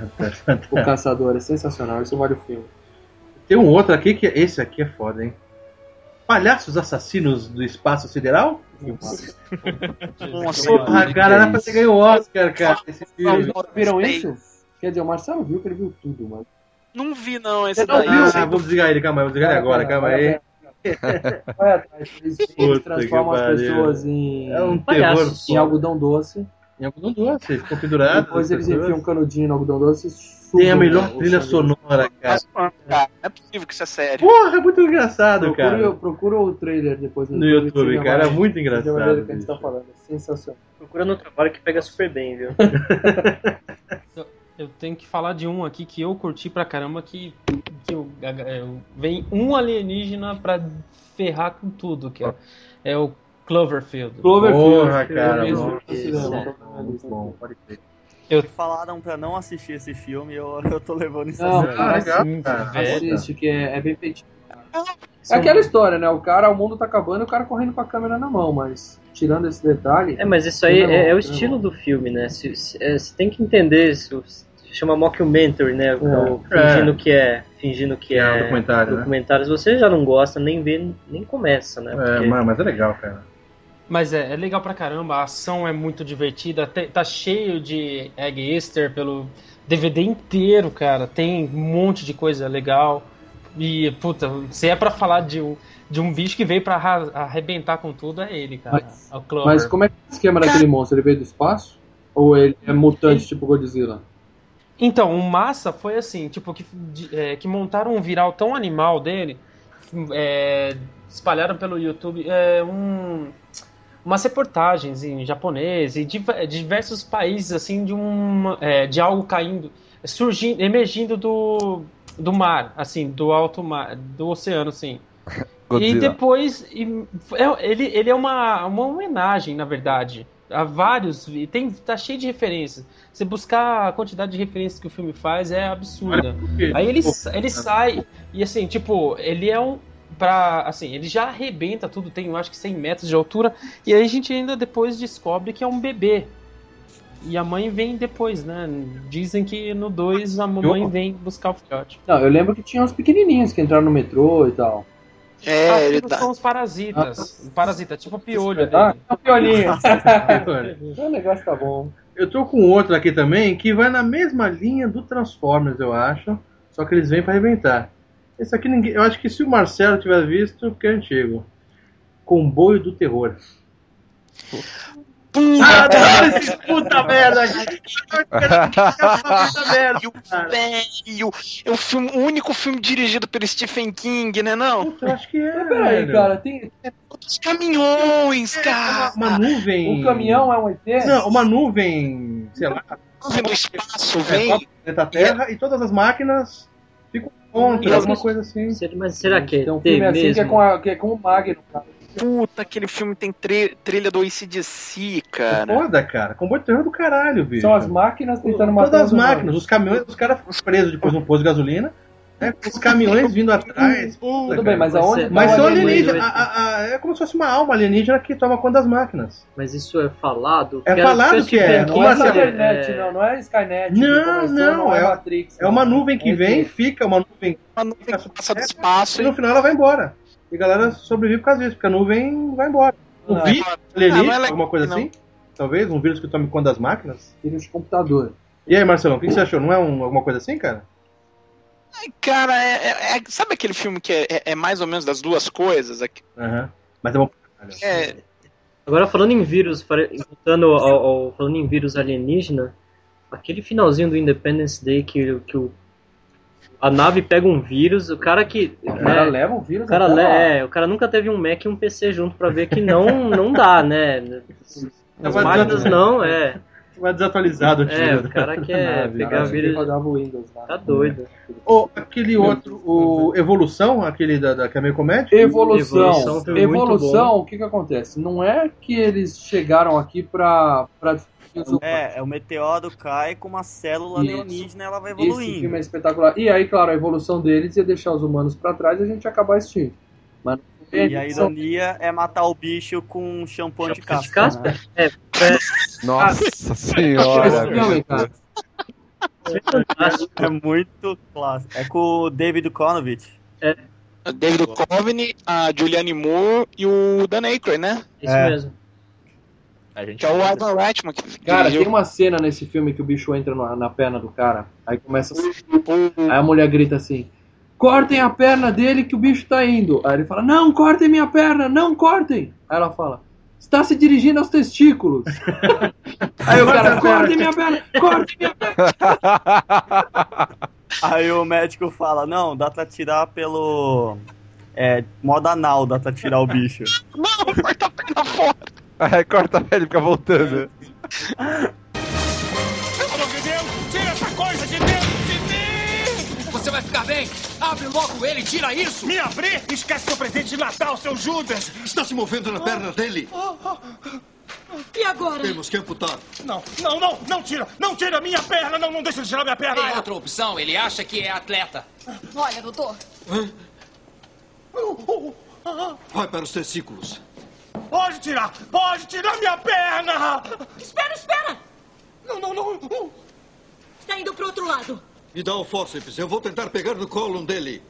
[SPEAKER 2] O caçador é sensacional, isso vale o filme.
[SPEAKER 3] Tem um outro aqui que esse aqui é foda, hein? Palhaços assassinos do espaço sideral?
[SPEAKER 7] Nossa,
[SPEAKER 3] Porra, cara, era pra ter ganho o Oscar, cara. Esse filme.
[SPEAKER 2] Vocês não viram isso? Quer dizer, o Marcelo viu que ele viu tudo, mano.
[SPEAKER 7] Não vi, não, esse
[SPEAKER 2] Você não
[SPEAKER 7] daí.
[SPEAKER 2] viu?
[SPEAKER 7] eu sei
[SPEAKER 3] Ah, vou desligar ele, calma aí, vou desligar ele é agora, calma aí.
[SPEAKER 2] Vai atrás, eles,
[SPEAKER 3] Puta
[SPEAKER 2] eles transformam
[SPEAKER 3] que
[SPEAKER 2] as
[SPEAKER 3] pariu.
[SPEAKER 2] pessoas em,
[SPEAKER 3] É um terror
[SPEAKER 2] em
[SPEAKER 3] foda.
[SPEAKER 2] algodão doce.
[SPEAKER 3] Em algodão doce, eles ficam pendurados.
[SPEAKER 2] Depois eles
[SPEAKER 3] pessoas.
[SPEAKER 2] enfiam um canudinho no algodão doce e
[SPEAKER 3] Tem a
[SPEAKER 2] sugam
[SPEAKER 3] melhor
[SPEAKER 2] o
[SPEAKER 3] trilha
[SPEAKER 2] sangue.
[SPEAKER 3] sonora, cara.
[SPEAKER 7] Ah, cara, Não é possível que isso é sério.
[SPEAKER 3] Porra, é muito engraçado,
[SPEAKER 2] Procura,
[SPEAKER 3] cara.
[SPEAKER 2] procura o trailer depois
[SPEAKER 3] No YouTube,
[SPEAKER 2] você já
[SPEAKER 3] cara,
[SPEAKER 2] vai-
[SPEAKER 3] é muito
[SPEAKER 2] você já vai ver
[SPEAKER 3] engraçado
[SPEAKER 2] do que a gente tá falando, é sensacional.
[SPEAKER 4] Procura no trabalho que pega super bem, viu?
[SPEAKER 8] Eu tenho que falar de um aqui que eu curti pra caramba, que, que eu- é, eu- vem um alienígena pra ferrar com tudo, que é, é o Cloverfield.
[SPEAKER 3] Porra, cara.
[SPEAKER 2] mesmo
[SPEAKER 3] nossa,
[SPEAKER 2] que né?
[SPEAKER 3] isso
[SPEAKER 2] não.
[SPEAKER 3] é Muito bom, pode crer.
[SPEAKER 9] Falaram pra não assistir esse filme, eu, eu tô levando isso
[SPEAKER 2] Não,
[SPEAKER 9] a
[SPEAKER 2] cara, é
[SPEAKER 9] sério.
[SPEAKER 3] legal,
[SPEAKER 2] assiste,
[SPEAKER 3] cara.
[SPEAKER 2] assiste, que é, é bem feitinho. É aquela história, né? O cara, o mundo tá acabando e o cara correndo com a câmera na mão, mas tirando esse detalhe.
[SPEAKER 4] É, mas isso aí
[SPEAKER 2] Não,
[SPEAKER 4] é, é
[SPEAKER 2] não.
[SPEAKER 4] o estilo do filme, né? Se- se- é, Você tem que entender isso. se Chama mockumentary, né? O- Fingindo que é. Fingindo que
[SPEAKER 3] É,
[SPEAKER 4] é.
[SPEAKER 3] um documentário, né?
[SPEAKER 4] documentário. Se Você já não gosta, nem vê, nem começa, né?
[SPEAKER 3] É,
[SPEAKER 4] Porque-
[SPEAKER 3] mas mas é legal, cara.
[SPEAKER 8] Mas é, é legal pra caramba, a ação é muito divertida, te- tá cheio de egg easter pelo DVD inteiro, cara. Tem um monte de coisa legal. E, puta, se é pra falar de um, de um bicho que veio pra arra- arrebentar com tudo, é ele, cara.
[SPEAKER 2] Mas-
[SPEAKER 8] é o Clover.
[SPEAKER 2] Mas como é que é o esquema daquele monstro? Ele veio do espaço? Ou ele é mutante tipo Godzilla?
[SPEAKER 8] Então, o massa foi assim, tipo, que, de- é, que montaram um viral tão animal dele, é, espalharam pelo YouTube é, um, umas reportagens em japonês e div- diversos países, assim, de, uma, é, de algo caindo, surgindo, emergindo do, do mar, assim, do alto mar, do oceano, assim. E
[SPEAKER 5] Godzilla.
[SPEAKER 8] depois, e- é- ele, ele é uma, uma homenagem, na verdade, a vários, e tem, tá cheio de referências. Você buscar a quantidade de referências que o filme faz é absurda. Aí ele, sa- ele sai, e assim, tipo, ele é um. Pra, assim, ele já arrebenta tudo, tem eu acho que 100 metros de altura, e aí a gente ainda depois descobre que é um bebê. E a mãe vem depois, né? Dizem que no 2 a mamãe vem buscar o filhote.
[SPEAKER 2] Não, eu lembro que tinha uns pequenininhos que entraram no metrô e tal.
[SPEAKER 7] É,
[SPEAKER 8] Ah,
[SPEAKER 7] ele
[SPEAKER 8] aquilo
[SPEAKER 7] dá-
[SPEAKER 8] são os parasitas. Parasita, tipo piolho
[SPEAKER 2] Ah,
[SPEAKER 8] dele.
[SPEAKER 2] é um piolinho.
[SPEAKER 3] Olha,
[SPEAKER 2] *laughs* o negócio tá bom.
[SPEAKER 3] Eu tô com outro aqui também que vai na mesma linha do Transformers, eu acho. Só que eles vêm pra arrebentar. Esse aqui ninguém. Eu acho que se o Marcelo tiver visto, porque é antigo. Comboio do
[SPEAKER 2] *laughs*
[SPEAKER 3] Terror.
[SPEAKER 7] *laughs* Puta,
[SPEAKER 3] Adoro esses puta merda,
[SPEAKER 2] *laughs*
[SPEAKER 3] cara. Puta merda, cara.
[SPEAKER 7] velho! É o, filme, o único filme dirigido pelo Stephen King, né, não?
[SPEAKER 3] Eu acho que é.
[SPEAKER 2] Peraí,
[SPEAKER 3] velho.
[SPEAKER 2] cara, tem.
[SPEAKER 3] É,
[SPEAKER 7] Os caminhões, cara!
[SPEAKER 3] Uma nuvem.
[SPEAKER 2] Um caminhão é um ET?
[SPEAKER 3] Não, uma nuvem, sei lá,
[SPEAKER 7] Nuvem do espaço,
[SPEAKER 3] é,
[SPEAKER 7] vem!
[SPEAKER 3] cobre o planeta Terra e todas as máquinas ficam contra, alguma coisa assim.
[SPEAKER 4] Mas será que é
[SPEAKER 2] Tem um
[SPEAKER 4] ter
[SPEAKER 2] filme assim que é,
[SPEAKER 4] mesmo?
[SPEAKER 2] com a- que é com o Magno, cara.
[SPEAKER 7] Puta, aquele filme tem tre- trilha do ACDC, cara.
[SPEAKER 3] Foda, cara. Comboio de terror do caralho, bicho.
[SPEAKER 2] São as máquinas tentando matar
[SPEAKER 3] Todas as
[SPEAKER 2] os humanos.
[SPEAKER 3] máquinas, os caminhões, os caras ficam presos depois no posto de gasolina. né, com os caminhões vindo atrás.
[SPEAKER 2] Tudo bem, mas
[SPEAKER 4] Mas
[SPEAKER 2] aonde
[SPEAKER 4] é-
[SPEAKER 2] tá
[SPEAKER 3] Mas
[SPEAKER 2] o
[SPEAKER 3] são
[SPEAKER 2] alienígena?
[SPEAKER 3] alienígenas. a- a- a- é como se fosse uma alma alienígena que toma conta das máquinas.
[SPEAKER 4] Mas isso é falado?
[SPEAKER 3] É falado que é,
[SPEAKER 4] Stephen
[SPEAKER 3] não
[SPEAKER 4] King,
[SPEAKER 2] Não é
[SPEAKER 3] Marcelo,
[SPEAKER 2] Cybernet, não, não é Skynet. que
[SPEAKER 3] Não,
[SPEAKER 2] começou,
[SPEAKER 3] não,
[SPEAKER 2] é,
[SPEAKER 3] é-
[SPEAKER 2] Matrix.
[SPEAKER 3] É uma nuvem que vem, fica, uma nuvem
[SPEAKER 7] Uma nuvem que passa do
[SPEAKER 3] e
[SPEAKER 7] espaço
[SPEAKER 3] no
[SPEAKER 7] e...
[SPEAKER 3] final ela vai embora. E a galera sobrevive por causa disso, porque a nuvem vai embora. Um
[SPEAKER 2] Ah,
[SPEAKER 3] vírus
[SPEAKER 7] Ah, mas
[SPEAKER 3] alienígena,
[SPEAKER 7] ela-
[SPEAKER 3] alguma coisa
[SPEAKER 7] não.
[SPEAKER 3] assim? Talvez, um vírus que tome conta das máquinas?
[SPEAKER 2] Filho de computador.
[SPEAKER 3] E aí, Marcelão, o que que você achou? Não é um- alguma coisa assim, cara?
[SPEAKER 7] Ai, Cara, é, é- é- sabe aquele filme que é, é- é mais ou menos das duas coisas? É,
[SPEAKER 3] Aham. Mas é bom.
[SPEAKER 7] é,
[SPEAKER 4] Agora falando em vírus, pare- voltando ao, ao- falando em vírus alienígena, aquele finalzinho do Independence Day que, que o, a nave pega um vírus, o cara que.
[SPEAKER 3] É.
[SPEAKER 4] né,
[SPEAKER 2] O cara leva o vírus
[SPEAKER 4] É. o cara
[SPEAKER 2] até
[SPEAKER 4] le-
[SPEAKER 2] lá.
[SPEAKER 4] é, o cara nunca teve um Mac e um PC junto pra ver que não, não dá, né? As
[SPEAKER 3] Vai
[SPEAKER 4] máquinas
[SPEAKER 9] né?
[SPEAKER 3] desatu-
[SPEAKER 4] não, é.
[SPEAKER 3] Vai desatualizado o
[SPEAKER 4] É,
[SPEAKER 3] tiro.
[SPEAKER 4] o cara quer
[SPEAKER 3] *laughs* Nave,
[SPEAKER 4] pegar
[SPEAKER 3] nave.
[SPEAKER 4] vírus. Tá doido.
[SPEAKER 3] Ou aquele outro, o Evolução, aquele da, da que é meio comédia?
[SPEAKER 2] Evolução. Evolução, o que que acontece? Não é que eles chegaram aqui pra... pra...
[SPEAKER 9] *laughs* É, é o meteoro cai com uma célula
[SPEAKER 2] Isso.
[SPEAKER 9] alienígena ela vai
[SPEAKER 2] Esse filme
[SPEAKER 9] evoluindo.
[SPEAKER 2] é espetacular. E aí, claro, a evolução deles ia deixar os humanos pra trás e a gente ia acabar extinto. Mas
[SPEAKER 9] E a ironia é matar o bicho com um shampoo de casca. né?
[SPEAKER 4] É,
[SPEAKER 5] Nossa
[SPEAKER 9] Esse
[SPEAKER 5] senhora.
[SPEAKER 9] filme,
[SPEAKER 5] bicho.
[SPEAKER 9] cara. É muito clássico. É com o David Duchovny.
[SPEAKER 4] É.
[SPEAKER 7] David Duchovny, a Julianne Moore e o Dan Aykroyd, né?
[SPEAKER 4] Isso
[SPEAKER 2] É.
[SPEAKER 4] mesmo.
[SPEAKER 6] A gente
[SPEAKER 7] Que é o Ivan Reitman que que
[SPEAKER 2] Cara,
[SPEAKER 7] dirigiu.
[SPEAKER 2] tem uma cena nesse filme que o bicho entra na, na perna do cara, aí começa a... Aí a mulher grita assim, cortem a perna dele que o bicho tá indo. Aí ele fala, não cortem minha perna, não cortem. Aí ela fala, está se dirigindo aos testículos. aí o cara, cortem minha perna, cortem minha
[SPEAKER 9] Aí o médico fala, não, dá pra tirar pelo... É, modo anal dá pra tirar o bicho.
[SPEAKER 5] Aí corta a pele e fica voltando.
[SPEAKER 10] Pelo amor de Deus, tira essa coisa de dentro de mim! Você vai ficar bem? Abre logo ele, tira isso! Me abrir? Esquece seu presente de Natal, seu Judas!
[SPEAKER 13] Está se movendo na perna
[SPEAKER 10] Oh,
[SPEAKER 13] dele.
[SPEAKER 10] E agora?
[SPEAKER 13] Temos que amputar.
[SPEAKER 10] Não, não, não, não tira! Não tira minha perna! Não, não deixa de tirar minha perna! Tem outra opção, ele acha que é atleta.
[SPEAKER 14] Olha, doutor.
[SPEAKER 10] Oh,
[SPEAKER 13] Vai para os testículos.
[SPEAKER 10] Pode tirar! Pode tirar minha perna! Espera, espera! Não, não, não! Está indo pro outro lado.
[SPEAKER 13] Me dá o fórceps. Eu vou tentar pegar no colo dele.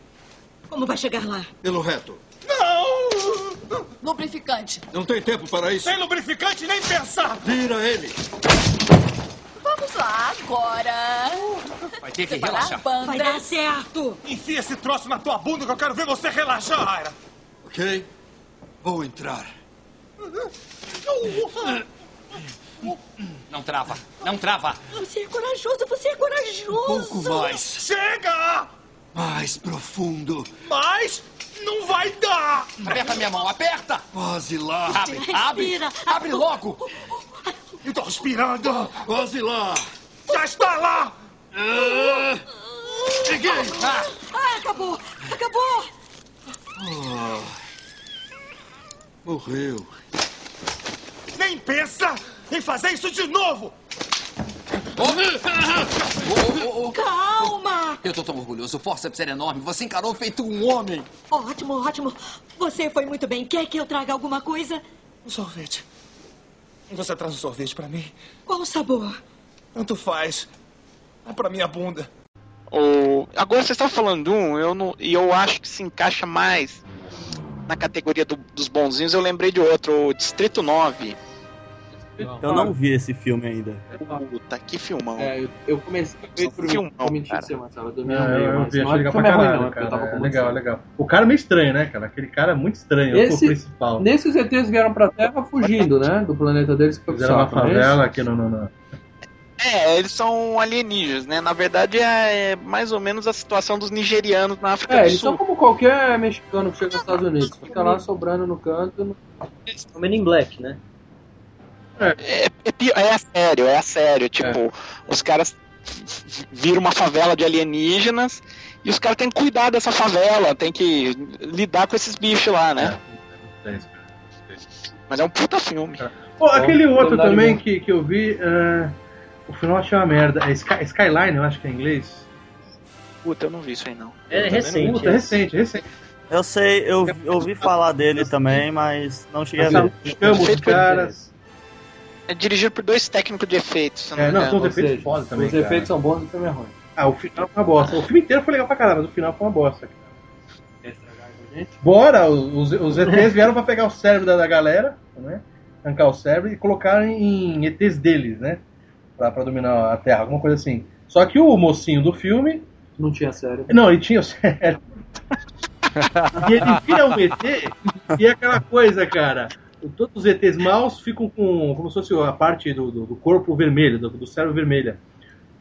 [SPEAKER 14] Como vai chegar lá?
[SPEAKER 13] Pelo reto.
[SPEAKER 10] Não!
[SPEAKER 14] Lubrificante.
[SPEAKER 13] Não tem tempo para isso.
[SPEAKER 10] Sem lubrificante nem pensar!
[SPEAKER 13] Vira ele.
[SPEAKER 14] Vamos lá, agora.
[SPEAKER 10] Vai ter
[SPEAKER 14] que Separar relaxar. a banda.
[SPEAKER 10] Vai dar certo. Enfia esse troço na tua bunda que eu quero ver você relaxar, Aira.
[SPEAKER 13] Ok? Vou entrar.
[SPEAKER 10] Não trava, não trava.
[SPEAKER 14] Você é corajoso, você é corajoso.
[SPEAKER 13] Pouco mais.
[SPEAKER 10] Chega!
[SPEAKER 13] Mais profundo.
[SPEAKER 10] Mas não vai dar. Aperta minha mão, aperta.
[SPEAKER 13] Quase lá.
[SPEAKER 10] Abre, abre, abre logo. Eu tô respirando.
[SPEAKER 13] Quase lá.
[SPEAKER 10] Já está lá.
[SPEAKER 13] Ah, Cheguei.
[SPEAKER 14] Ah, acabou. Acabou.
[SPEAKER 13] Ah. Morreu.
[SPEAKER 10] Nem pensa em fazer isso de novo.
[SPEAKER 14] Calma.
[SPEAKER 15] Eu tô tão orgulhoso, o forceps era enorme, você encarou feito um homem.
[SPEAKER 14] Ótimo, ótimo. Você foi muito bem. Quer que eu traga alguma coisa?
[SPEAKER 10] Um sorvete. Você traz um sorvete pra mim?
[SPEAKER 14] Qual o sabor?
[SPEAKER 10] Tanto faz. É pra minha bunda.
[SPEAKER 2] um-
[SPEAKER 7] O- Agora vocês estão falando de um, eu não... e eu acho que se encaixa mais na categoria do- dos bonzinhos. Eu lembrei de outro, o Distrito 9.
[SPEAKER 9] Eu não vi esse filme ainda.
[SPEAKER 7] Puta, que filmão.
[SPEAKER 2] É, eu, eu comecei a ver por mim.
[SPEAKER 7] Filmão,
[SPEAKER 2] Não, mentira,
[SPEAKER 7] cara.
[SPEAKER 2] você, Marcelo. Eu
[SPEAKER 3] *laughs*
[SPEAKER 2] dormi
[SPEAKER 3] Não,
[SPEAKER 2] no meio,
[SPEAKER 3] eu, eu
[SPEAKER 2] mas
[SPEAKER 3] vi,
[SPEAKER 2] não
[SPEAKER 3] achei
[SPEAKER 2] é
[SPEAKER 3] legal pra
[SPEAKER 2] filme ruim,
[SPEAKER 3] caralho,
[SPEAKER 2] não, é porque
[SPEAKER 3] cara.
[SPEAKER 2] eu tava com
[SPEAKER 3] É
[SPEAKER 2] muito
[SPEAKER 3] legal,
[SPEAKER 2] sono.
[SPEAKER 3] legal. O cara é meio estranho, né, cara? Aquele cara é muito estranho, o
[SPEAKER 2] Esse-
[SPEAKER 3] ator principal.
[SPEAKER 2] Nesse os ETs vieram pra Terra fugindo, né? Do planeta deles que foi pro
[SPEAKER 3] Fizeram uma
[SPEAKER 2] saco, não é
[SPEAKER 3] favela
[SPEAKER 2] isso?
[SPEAKER 3] aqui no... no, no-
[SPEAKER 7] É, eles são alienígenas, né? Na verdade, é é mais ou menos a situação dos nigerianos na África
[SPEAKER 2] É,
[SPEAKER 7] do
[SPEAKER 2] eles
[SPEAKER 7] Sul.
[SPEAKER 2] são como qualquer mexicano que chega nos Estados Unidos. Fica lá sobrando no canto. No...
[SPEAKER 4] O Men in Black, né?
[SPEAKER 7] É, é pi- é a sério, é a sério. Tipo, os caras v- viram uma favela de alienígenas e os caras têm que cuidar dessa favela, tem que lidar com esses bichos lá, né?
[SPEAKER 3] É
[SPEAKER 7] Mas é um puta filme.
[SPEAKER 3] Pô, aquele outro também que, que eu vi, ah, o final eu achei uma merda. É Sky- Skyline, eu acho que é em inglês.
[SPEAKER 7] Puta, eu não vi isso aí não.
[SPEAKER 9] É recente,
[SPEAKER 3] Puta,
[SPEAKER 9] é.
[SPEAKER 3] recente, recente.
[SPEAKER 9] Eu sei, eu eu ouvi falar dele também, mas não cheguei a ver.
[SPEAKER 3] Buscamos Assim, os caras.
[SPEAKER 7] É dirigido por dois técnicos de efeitos. se eu
[SPEAKER 3] É,
[SPEAKER 7] me
[SPEAKER 3] não,
[SPEAKER 7] engano.
[SPEAKER 3] são os efeitos foda também.
[SPEAKER 2] os efeitos são bons e também é ruim.
[SPEAKER 3] Ah, o final foi uma bosta. O filme inteiro foi legal pra caralho, mas o final foi uma bosta. cara. Bora, os, os ETs vieram pra pegar o cérebro da, da galera, né? Arrancar o cérebro e colocar em ETs deles, né? Pra, pra dominar a Terra, alguma coisa assim. Só que o mocinho do filme.
[SPEAKER 2] Não tinha cérebro.
[SPEAKER 3] Não, ele tinha o cérebro. e ele vira um ET e é aquela coisa, cara. Todos os ETs maus ficam com. como se fosse a parte do, do- do corpo vermelho, do, do cérebro vermelha.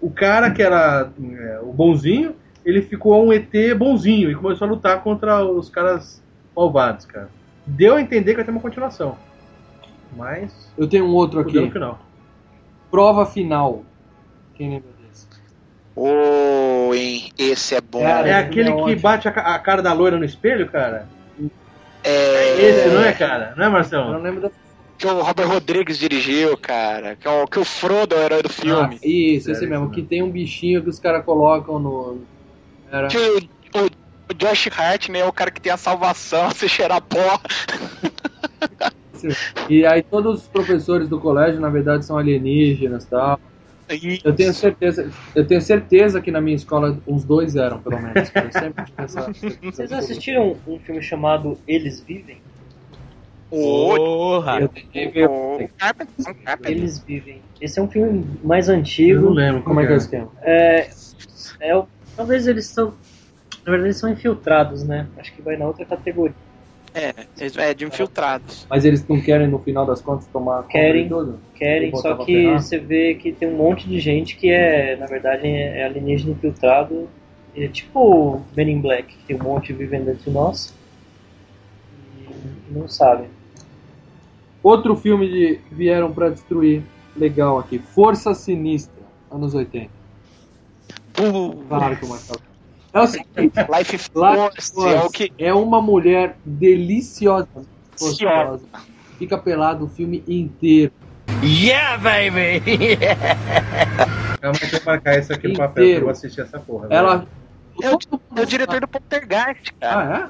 [SPEAKER 3] o cara que era é, o bonzinho, ele ficou um ET bonzinho e começou a lutar contra os caras malvados, cara. Deu a entender que vai ter uma continuação. Mas.
[SPEAKER 2] Eu tenho um outro aqui.
[SPEAKER 3] No final.
[SPEAKER 2] Prova final. Quem lembra desse?
[SPEAKER 7] Ô, hein, esse é bom.
[SPEAKER 3] Cara, é aquele que bate a, ca- a cara da loira no espelho, cara?
[SPEAKER 7] É...
[SPEAKER 3] Esse, não é, cara? Não é, Marcelo?
[SPEAKER 2] Eu não lembro da.
[SPEAKER 7] Que o Robert Rodrigues dirigiu, cara. Que o, que o Frodo é o herói do filme.
[SPEAKER 2] Ah, isso, esse mesmo. Que tem um bichinho que os caras colocam no. Era...
[SPEAKER 7] Que o, o, o Josh Hart, né, é o cara que tem a salvação, *laughs* se cheirar pó.
[SPEAKER 2] E aí todos os professores do colégio, na verdade, são alienígenas e tal. Eu tenho certeza, eu tenho certeza que na minha escola uns dois eram, pelo menos. Eu sempre tive essa
[SPEAKER 4] Vocês já assistiram um filme chamado Eles Vivem?
[SPEAKER 7] Porra!
[SPEAKER 4] Eu tentei ver.
[SPEAKER 7] um
[SPEAKER 4] Eles Vivem. Esse é um filme mais antigo.
[SPEAKER 2] Eu não lembro, como é que é o esquema?
[SPEAKER 4] É, é o- talvez eles são. Na verdade, eles são infiltrados, né? Acho que vai na outra categoria.
[SPEAKER 7] É, é de infiltrados.
[SPEAKER 2] Mas eles não querem, no final das contas, tomar conta
[SPEAKER 4] Querem,
[SPEAKER 2] de tudo?
[SPEAKER 4] Querem,
[SPEAKER 2] Botar
[SPEAKER 4] só
[SPEAKER 2] pra
[SPEAKER 4] que
[SPEAKER 2] ferrar?
[SPEAKER 4] você vê que tem um monte de gente que é, na verdade, é alienígena infiltrado. É tipo Men in Black, que tem um monte vivendo entre nós. E não sabem.
[SPEAKER 2] Outro filme de Vieram pra Destruir, legal aqui. Força Sinistra, anos 80. Claro que o Marcelo. É o seguinte,
[SPEAKER 7] Life
[SPEAKER 2] Force,
[SPEAKER 7] é o que-
[SPEAKER 2] é uma mulher deliciosa,
[SPEAKER 7] Senhora.
[SPEAKER 2] gostosa. Fica pelado o filme inteiro.
[SPEAKER 10] Yeah, baby!
[SPEAKER 3] Calma, deixa eu marcar isso aqui no papel, que
[SPEAKER 2] Inteiro.
[SPEAKER 3] eu vou assistir essa porra. né?
[SPEAKER 2] Ela.
[SPEAKER 7] É o, é o diretor do Poltergeist,
[SPEAKER 2] Ah,
[SPEAKER 7] cara.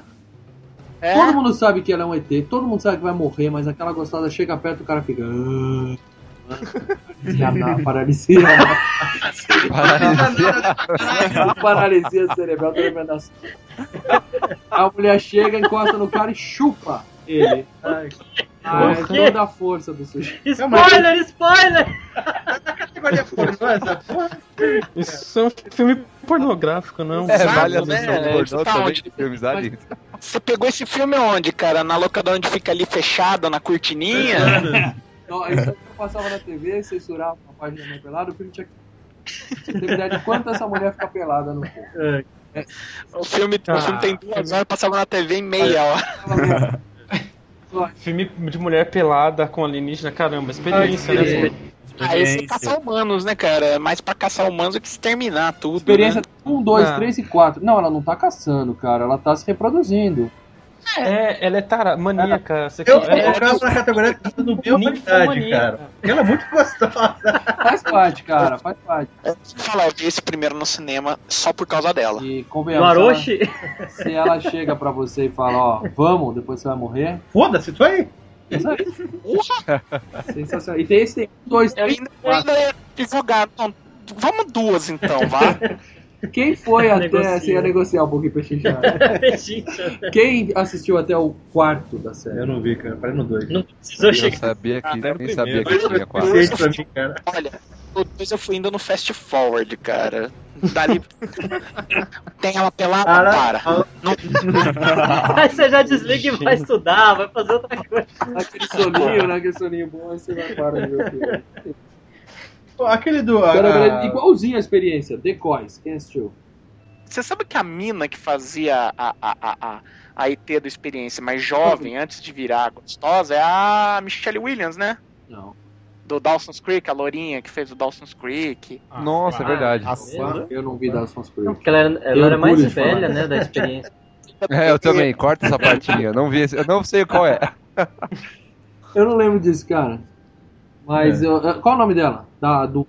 [SPEAKER 7] é?
[SPEAKER 2] Todo mundo sabe que ela é um ET, todo mundo sabe que vai morrer, mas aquela gostosa chega perto e o cara fica. "Ah, Desganar, paralisia. né?
[SPEAKER 5] *laughs*
[SPEAKER 2] paralisia. paralisia cerebral tremendação. A mulher chega, encosta no cara e chupa ele. Ai, ai,
[SPEAKER 4] Por quê?
[SPEAKER 2] toda a força do sujeito.
[SPEAKER 4] Spoiler, spoiler!
[SPEAKER 8] Isso é um filme pornográfico, não? um
[SPEAKER 7] É, vale a menção do Gordon
[SPEAKER 8] Tá
[SPEAKER 7] também,
[SPEAKER 8] onde?
[SPEAKER 7] de Você pegou esse filme onde, cara? Na locadora onde fica ali fechada, na cortininha?
[SPEAKER 2] Não, isso aqui Então, eu passava na TV, censurava uma página da mulher pelada, o filme tinha que tinha que ter ideia de quanto essa mulher fica pelada no filme.
[SPEAKER 7] o, filme, o filme
[SPEAKER 2] Ah.
[SPEAKER 7] tem duas horas, passava na TV em meia hora.
[SPEAKER 8] Filme de mulher pelada com alienígena, caramba, experiência,
[SPEAKER 7] Ah,
[SPEAKER 8] né?
[SPEAKER 7] experiência. Aí você caça humanos, né, cara? É mais pra caçar humanos do que exterminar tudo.
[SPEAKER 2] Experiência
[SPEAKER 7] né?
[SPEAKER 2] 1, 2,
[SPEAKER 8] Ah.
[SPEAKER 2] 3 e 4. Não, ela não tá caçando, cara. Ela tá se reproduzindo.
[SPEAKER 8] É, ela é tara, maníaca.
[SPEAKER 3] Eu
[SPEAKER 8] sexual- ela é-
[SPEAKER 3] colocava na categoria do meu humanidade,
[SPEAKER 8] Ninfomaníaca.
[SPEAKER 3] cara. Ela é muito gostosa.
[SPEAKER 2] Faz parte, cara. Faz parte.
[SPEAKER 7] Deixa eu falar, É, eu vi esse primeiro no cinema só por causa dela.
[SPEAKER 2] E convenhamos.
[SPEAKER 4] Maroshi?
[SPEAKER 2] ela- Se ela chega pra você e fala, ó, vamos, depois você vai morrer. É
[SPEAKER 3] Foda-se, tu aí.
[SPEAKER 2] Isso aí. Sensacional. E tem esse tem 1, 2,
[SPEAKER 7] Eu
[SPEAKER 2] 3
[SPEAKER 7] ainda, eu ainda ia advogar. Não, vamos duas então,
[SPEAKER 2] *laughs*
[SPEAKER 7] vá.
[SPEAKER 2] Quem foi até.
[SPEAKER 7] Negocia.
[SPEAKER 2] Você ia negociar um pouquinho pra xingar.
[SPEAKER 4] *laughs*
[SPEAKER 2] Quem assistiu até o quarto da série?
[SPEAKER 3] Eu não vi, cara. Parei no 2.
[SPEAKER 4] Não
[SPEAKER 5] Eu sabia que, nem sabia que tinha quatro.
[SPEAKER 7] Olha, o dois eu fui indo no fast forward, cara.
[SPEAKER 2] *laughs*
[SPEAKER 7] Dali. Tem ela pelada?
[SPEAKER 4] Para.
[SPEAKER 7] Para.
[SPEAKER 4] Aí você já desliga e vai estudar, vai fazer outra coisa.
[SPEAKER 2] Aquele soninho, né? Aquele soninho bom, aí você vai parar de ver o filme.
[SPEAKER 3] Pô, Aquele do. ah, a-
[SPEAKER 2] Cara,
[SPEAKER 3] a-
[SPEAKER 2] Igualzinho a experiência. Decoys. Quem assistiu?
[SPEAKER 7] Você sabe que a mina que fazia a, a, a, a, a ET do Experiência mais jovem, antes de virar gostosa, é a Michelle Williams, né?
[SPEAKER 2] Não.
[SPEAKER 7] Do Dawson's Creek, a lourinha que fez o Dawson's Creek.
[SPEAKER 5] Nossa, é verdade.
[SPEAKER 2] Eu não vi Dawson's Creek.
[SPEAKER 4] Porque ela era,
[SPEAKER 5] Tenho
[SPEAKER 4] ela
[SPEAKER 3] um
[SPEAKER 4] era mais
[SPEAKER 5] orgulho de
[SPEAKER 4] velha,
[SPEAKER 5] falar.
[SPEAKER 4] né, da experiência. *laughs*
[SPEAKER 5] É, eu também, corta essa partinha. Eu não vi esse- eu não sei qual é.
[SPEAKER 2] Eu não lembro disso, cara. Mas
[SPEAKER 5] É.
[SPEAKER 2] eu- eu- qual o nome dela? Da, do,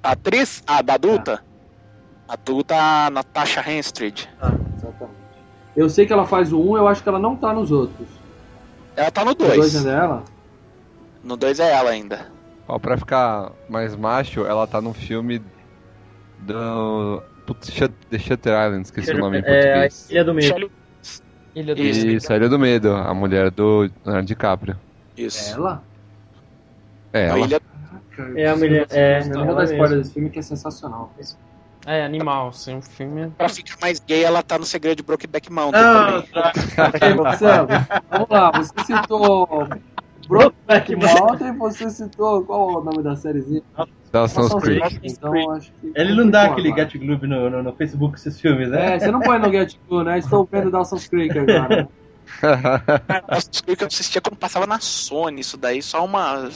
[SPEAKER 7] A atriz? A da adulta? A adulta a Natasha Henstridge.
[SPEAKER 2] eu sei que ela faz o 1, eu acho que ela não tá nos outros.
[SPEAKER 7] Ela tá no
[SPEAKER 2] O 2
[SPEAKER 7] dois
[SPEAKER 2] ainda é ela?
[SPEAKER 7] No dois é ela ainda.
[SPEAKER 5] Ó, pra ficar mais macho, ela tá num filme do. Putz, Shut- The Shutter Island, esqueci o nome em
[SPEAKER 4] É, a
[SPEAKER 5] português.
[SPEAKER 4] Ilha do Medo.
[SPEAKER 8] Ilha
[SPEAKER 7] do Isso. Medo.
[SPEAKER 5] Isso, a Ilha do Medo, a mulher do Leonardo DiCaprio.
[SPEAKER 7] Isso.
[SPEAKER 2] Ela?
[SPEAKER 5] É, ela.
[SPEAKER 4] É a mulher- é,
[SPEAKER 2] Eu não vou
[SPEAKER 4] ela
[SPEAKER 2] dar spoiler
[SPEAKER 4] mesma.
[SPEAKER 2] desse filme que é sensacional.
[SPEAKER 8] É, animal, sim, um filme.
[SPEAKER 7] Pra ficar mais gay, ela tá no segredo de Brokeback Mountain
[SPEAKER 2] Ah,
[SPEAKER 7] também.
[SPEAKER 2] Marcelo, vamos lá, você citou Brokeback Mountain, você citou qual é o nome da sériezinha?
[SPEAKER 5] Dawson's Creek.
[SPEAKER 2] Então, acho que...
[SPEAKER 3] Ele não dá aquele Get Gloob no, no, no Facebook esses filmes, né?
[SPEAKER 2] É, você não põe no Get Glue, né? Estou vendo Dawson's Creek agora.
[SPEAKER 7] Dawson's Creek eu assistia quando passava na Sony, isso daí só uma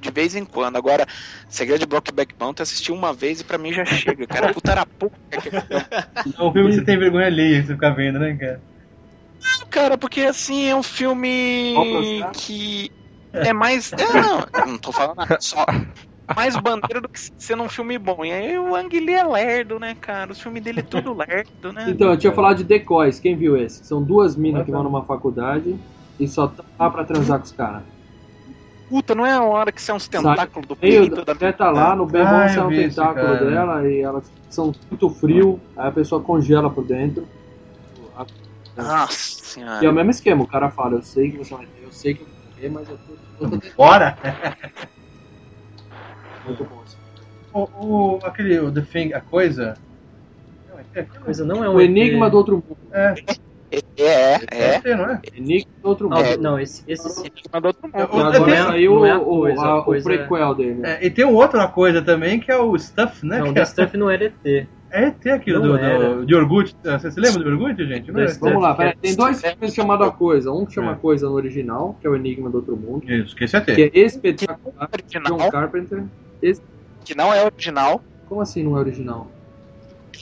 [SPEAKER 7] de vez em quando. Agora, Segredo de Brokeback Mountain eu assisti uma vez e pra mim já chega, cara. Puta era pouco.
[SPEAKER 3] É um filme que você tem vergonha alheia de ficar vendo, né, cara?
[SPEAKER 7] Não, cara, porque assim, é um filme que é mais. É, não, eu não tô falando nada, só. Mais bandeira do que sendo um filme bom. E aí o Ang Lee é lerdo, né, cara? O filme dele é tudo lerdo, né?
[SPEAKER 2] Então,
[SPEAKER 3] É.
[SPEAKER 2] eu tinha falado de decoys, quem viu esse? São duas minas que vão numa faculdade e só tá lá pra transar com os caras.
[SPEAKER 7] Puta, não é a hora que você é uns tentáculos do
[SPEAKER 2] Meio
[SPEAKER 7] peito
[SPEAKER 2] da
[SPEAKER 7] da
[SPEAKER 2] até tá lá, no bem
[SPEAKER 3] Ai,
[SPEAKER 2] bom sai
[SPEAKER 3] Ah, eu
[SPEAKER 2] um
[SPEAKER 3] vi esse,
[SPEAKER 2] tentáculo
[SPEAKER 3] cara.
[SPEAKER 2] dela e elas são muito frio, aí a pessoa congela por dentro. A-
[SPEAKER 7] Nossa
[SPEAKER 2] E é o
[SPEAKER 7] senhora.
[SPEAKER 2] mesmo esquema, o cara fala, eu sei que você vai eu sei que eu vou morrer, mas eu tô, eu tô tentando.
[SPEAKER 3] Bora!
[SPEAKER 2] Muito bom assim. esse.
[SPEAKER 3] O, o, aquele, o The Thing, a coisa. Não, é que-
[SPEAKER 4] Coisa não é um
[SPEAKER 2] O Enigma do Outro Mundo.
[SPEAKER 3] É,
[SPEAKER 7] É,
[SPEAKER 3] é.
[SPEAKER 7] é.
[SPEAKER 3] não é?
[SPEAKER 2] Enigma do Outro
[SPEAKER 4] Não,
[SPEAKER 2] Mundo.
[SPEAKER 4] não esse, esse
[SPEAKER 3] *laughs*
[SPEAKER 4] sim.
[SPEAKER 7] Mas do outro
[SPEAKER 3] Eu-
[SPEAKER 7] mundo.
[SPEAKER 3] eu-
[SPEAKER 2] Agora
[SPEAKER 3] eu-
[SPEAKER 2] saiu
[SPEAKER 4] não é a
[SPEAKER 2] o- o-
[SPEAKER 4] coisa, a
[SPEAKER 2] a- o
[SPEAKER 4] coisa é-
[SPEAKER 2] prequel dele. né?
[SPEAKER 3] É, e tem outra coisa também que é o Stuff, né?
[SPEAKER 4] Não,
[SPEAKER 3] que é,
[SPEAKER 4] The Stuff não era ET.
[SPEAKER 3] é, tem aquilo
[SPEAKER 4] não
[SPEAKER 3] do,
[SPEAKER 4] era.
[SPEAKER 3] do, de Orgut. Você se lembra do Orgut, gente? Não é?
[SPEAKER 4] The Stuff.
[SPEAKER 2] Vamos lá, pera, tem dois filmes chamados A Coisa. Um que chama
[SPEAKER 3] É.
[SPEAKER 2] Coisa no original, que é o Enigma do Outro Mundo,
[SPEAKER 3] Isso, que esse é
[SPEAKER 2] que
[SPEAKER 3] ter.
[SPEAKER 2] é espetacular, John
[SPEAKER 7] Original,
[SPEAKER 2] Carpenter.
[SPEAKER 7] que não é original.
[SPEAKER 2] Como assim não é original?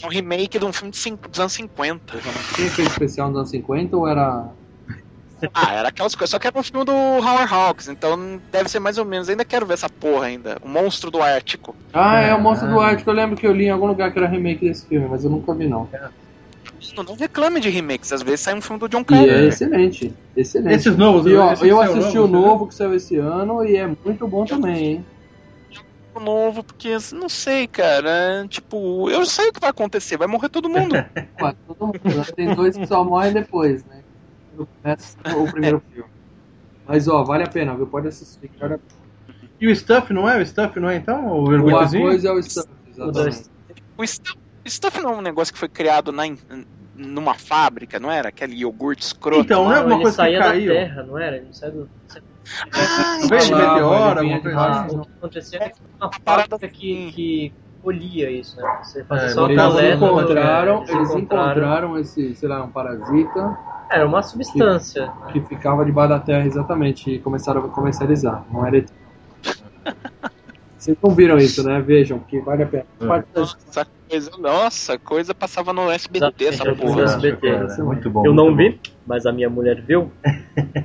[SPEAKER 7] É um remake de um filme de cinco- dos anos 50.
[SPEAKER 2] Quem fez especial nos anos 50 ou era
[SPEAKER 7] Ah, era aquelas coisas. Só que era um filme do Howard Hawks, então deve ser mais ou menos. Ainda quero ver essa porra ainda. O Monstro do Ártico.
[SPEAKER 2] Ah, é o Monstro do Ártico. Eu lembro que eu li em algum lugar que era remake desse filme, mas eu nunca vi, não.
[SPEAKER 7] Não, não reclame de remakes, às vezes sai um filme do John
[SPEAKER 2] E é
[SPEAKER 7] Carpenter.
[SPEAKER 2] excelente. Excelente.
[SPEAKER 3] Esses novos,
[SPEAKER 2] E, ó,
[SPEAKER 3] esses
[SPEAKER 2] eu
[SPEAKER 3] são
[SPEAKER 2] assisti o
[SPEAKER 3] novos, né?
[SPEAKER 2] novo que saiu esse ano e é muito bom também, hein?
[SPEAKER 7] É. Novo, porque assim, não sei, cara. é, Tipo, eu sei o que vai acontecer, vai morrer todo
[SPEAKER 2] *laughs*
[SPEAKER 7] mundo.
[SPEAKER 2] Pô, todo mundo. né? Tem dois que só morrem depois, né? Quando começa o primeiro filme. Mas, ó, vale a pena, viu? Pode assistir. que vale a pena.
[SPEAKER 3] E o Stuff não é? O Stuff não é então? O
[SPEAKER 2] Uma
[SPEAKER 3] Orgutzinho?
[SPEAKER 2] coisa é o Stuff, exatamente.
[SPEAKER 7] O Stuff, Stuff não é um negócio que foi criado na, in- numa fábrica, não era? Aquele iogurte escroto.
[SPEAKER 3] Então, não é
[SPEAKER 4] Não,
[SPEAKER 7] lá.
[SPEAKER 3] alguma
[SPEAKER 4] ele
[SPEAKER 3] coisa que
[SPEAKER 4] saía
[SPEAKER 3] caiu?
[SPEAKER 4] da Terra, não era? Ele não saía do...
[SPEAKER 7] Ah,
[SPEAKER 3] Não veio de
[SPEAKER 2] Ah,
[SPEAKER 3] meteoro,
[SPEAKER 2] ele
[SPEAKER 3] alguma
[SPEAKER 2] vinha de
[SPEAKER 3] coisa
[SPEAKER 2] lá.
[SPEAKER 3] assim?
[SPEAKER 4] Ah, o que acontecia é que tinha uma
[SPEAKER 7] parada
[SPEAKER 4] fábrica que, que colhia isso, né? Você fazia
[SPEAKER 3] É,
[SPEAKER 4] só né?
[SPEAKER 3] eles
[SPEAKER 4] a coleta.
[SPEAKER 2] encontraram,
[SPEAKER 4] é,
[SPEAKER 2] tá né? eles encontraram esse, sei lá, um parasita
[SPEAKER 4] Era uma substância.
[SPEAKER 2] que ficava debaixo da terra, exatamente, e começaram a comercializar. Não era ET. Vocês não viram isso, né? Vejam, que vale a pena. Parte da
[SPEAKER 7] Nossa, coisa, nossa, coisa passava no SBT, essa
[SPEAKER 2] é,
[SPEAKER 4] Exatamente,
[SPEAKER 7] porra.
[SPEAKER 4] no SBT.
[SPEAKER 3] Cara, Muito bom.
[SPEAKER 4] assim. Eu não
[SPEAKER 3] muito
[SPEAKER 4] vi, mas a minha mulher viu.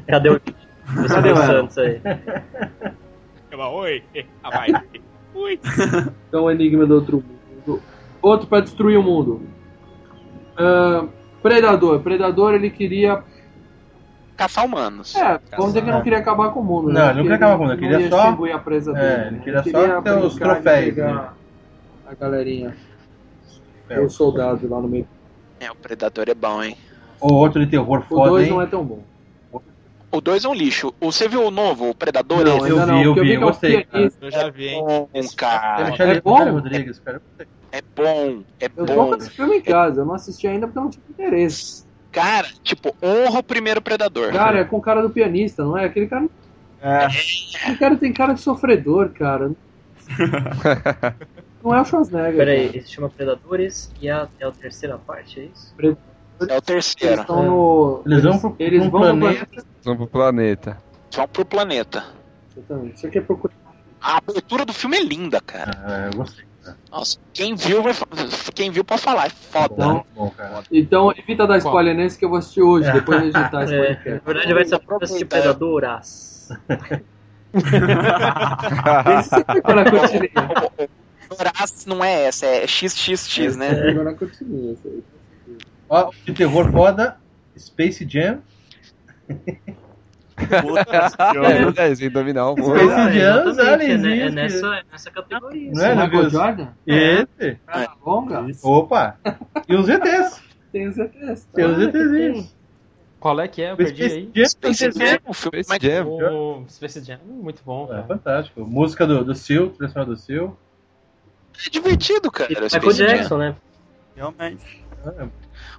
[SPEAKER 4] Cadê o Cadê
[SPEAKER 2] Cadê o
[SPEAKER 4] o
[SPEAKER 2] Elon?
[SPEAKER 4] Santos aí?
[SPEAKER 11] Oi, *laughs* ah, vai. Ui.
[SPEAKER 2] Então, o Enigma do Outro Mundo. Outro pra destruir o mundo. Ahn, Predador. Predador, ele queria...
[SPEAKER 7] Caçar humanos.
[SPEAKER 2] É, vamos dizer que não
[SPEAKER 3] é.
[SPEAKER 2] queria acabar com o mundo, né?
[SPEAKER 3] Não, ele não
[SPEAKER 2] Porque
[SPEAKER 3] queria acabar com o mundo, ele
[SPEAKER 2] não
[SPEAKER 3] queria
[SPEAKER 2] ia
[SPEAKER 3] só-
[SPEAKER 2] distribuir a presa
[SPEAKER 3] É,
[SPEAKER 2] dele. né?
[SPEAKER 3] ele queria só ter os
[SPEAKER 2] brincar de
[SPEAKER 3] troféus,
[SPEAKER 2] pegar
[SPEAKER 3] né?
[SPEAKER 2] A galerinha.
[SPEAKER 3] É.
[SPEAKER 2] Os soldados lá no meio.
[SPEAKER 7] É, o Predador é bom, hein?
[SPEAKER 3] O outro de terror
[SPEAKER 2] O
[SPEAKER 3] foda,
[SPEAKER 2] 2
[SPEAKER 3] hein?
[SPEAKER 2] não é tão bom.
[SPEAKER 7] O 2 é um lixo. O- Você viu o novo, o Predador?
[SPEAKER 2] Não,
[SPEAKER 7] Esse
[SPEAKER 2] ainda
[SPEAKER 3] eu
[SPEAKER 2] não.
[SPEAKER 3] vi, eu
[SPEAKER 2] porque
[SPEAKER 3] vi,
[SPEAKER 2] que é um
[SPEAKER 3] gostei, cara.
[SPEAKER 2] pianista.
[SPEAKER 11] Eu já vi,
[SPEAKER 7] é
[SPEAKER 11] hein?
[SPEAKER 7] bom,
[SPEAKER 11] Esse-
[SPEAKER 7] cara.
[SPEAKER 3] Alexandre
[SPEAKER 2] É bom?
[SPEAKER 3] Antônio Rodrigues, cara.
[SPEAKER 7] É bom, é
[SPEAKER 2] Eu tô com
[SPEAKER 7] bom.
[SPEAKER 2] esse filme em casa. Eu não assisti ainda porque eu não tive interesse.
[SPEAKER 7] Cara, tipo, honra o primeiro Predador.
[SPEAKER 2] Cara, é com o cara do pianista, não é? Aquele cara...
[SPEAKER 3] É.
[SPEAKER 2] Aquele cara tem cara de sofredor,
[SPEAKER 3] *laughs*
[SPEAKER 2] cara. Não é o Schwarzenegger.
[SPEAKER 4] Peraí,
[SPEAKER 2] cara.
[SPEAKER 4] ele se chama Predadores e a- é a terceira parte, é isso?
[SPEAKER 7] É o
[SPEAKER 2] Eles
[SPEAKER 7] terceiro.
[SPEAKER 2] estão no.
[SPEAKER 3] Eles vão pro-
[SPEAKER 2] eles
[SPEAKER 3] pro
[SPEAKER 2] vão pro
[SPEAKER 3] planeta.
[SPEAKER 5] Vamos pro planeta.
[SPEAKER 7] Vão pro planeta.
[SPEAKER 2] Exatamente. Isso aqui é procurar.
[SPEAKER 7] A abertura do filme é linda, cara.
[SPEAKER 3] Ah, eu gostei. cara.
[SPEAKER 7] Nossa, quem viu, vai fa- quem viu pode falar, é foda.
[SPEAKER 3] Bom, muito bom, cara.
[SPEAKER 2] Então, evita dar spoiler nesse que eu vou assistir hoje, depois de editar esse
[SPEAKER 4] *laughs* É, na
[SPEAKER 2] podcast.
[SPEAKER 4] verdade vai ser a própria de Predadoras.
[SPEAKER 2] Esse agora continua.
[SPEAKER 7] Horaz não é essa, é XXX, né?
[SPEAKER 2] Agora continua. isso aí.
[SPEAKER 3] Ó, de terror foda, Space Jam.
[SPEAKER 12] Puta
[SPEAKER 5] É,
[SPEAKER 12] senhora.
[SPEAKER 5] é, sem dominar o mundo.
[SPEAKER 3] Space Jam, os
[SPEAKER 4] Exatamente, é,
[SPEAKER 3] aliens.
[SPEAKER 4] né- é
[SPEAKER 3] isso,
[SPEAKER 4] nessa, é nessa categoria.
[SPEAKER 3] Não é, não viu?
[SPEAKER 2] Michael
[SPEAKER 3] os-
[SPEAKER 2] Jordan? Tá
[SPEAKER 3] Esse.
[SPEAKER 2] Cara longa?
[SPEAKER 3] Opa. E os ETs.
[SPEAKER 2] Tem os ETs.
[SPEAKER 3] Tem os
[SPEAKER 2] um
[SPEAKER 3] ETs.
[SPEAKER 8] Qual é que é? Eu
[SPEAKER 3] O
[SPEAKER 8] perdi
[SPEAKER 3] Space
[SPEAKER 8] aí.
[SPEAKER 3] Jam.
[SPEAKER 7] Space Jam, o filme
[SPEAKER 5] Space
[SPEAKER 7] mais-
[SPEAKER 5] Jam.
[SPEAKER 8] O Space Jam, muito bom,
[SPEAKER 3] É
[SPEAKER 8] cara.
[SPEAKER 3] fantástico. Música do, do Seal, tradicional do Seal.
[SPEAKER 7] é divertido, cara.
[SPEAKER 4] Michael
[SPEAKER 7] Space Jam.
[SPEAKER 4] Jackson, né?
[SPEAKER 12] Realmente.
[SPEAKER 3] É,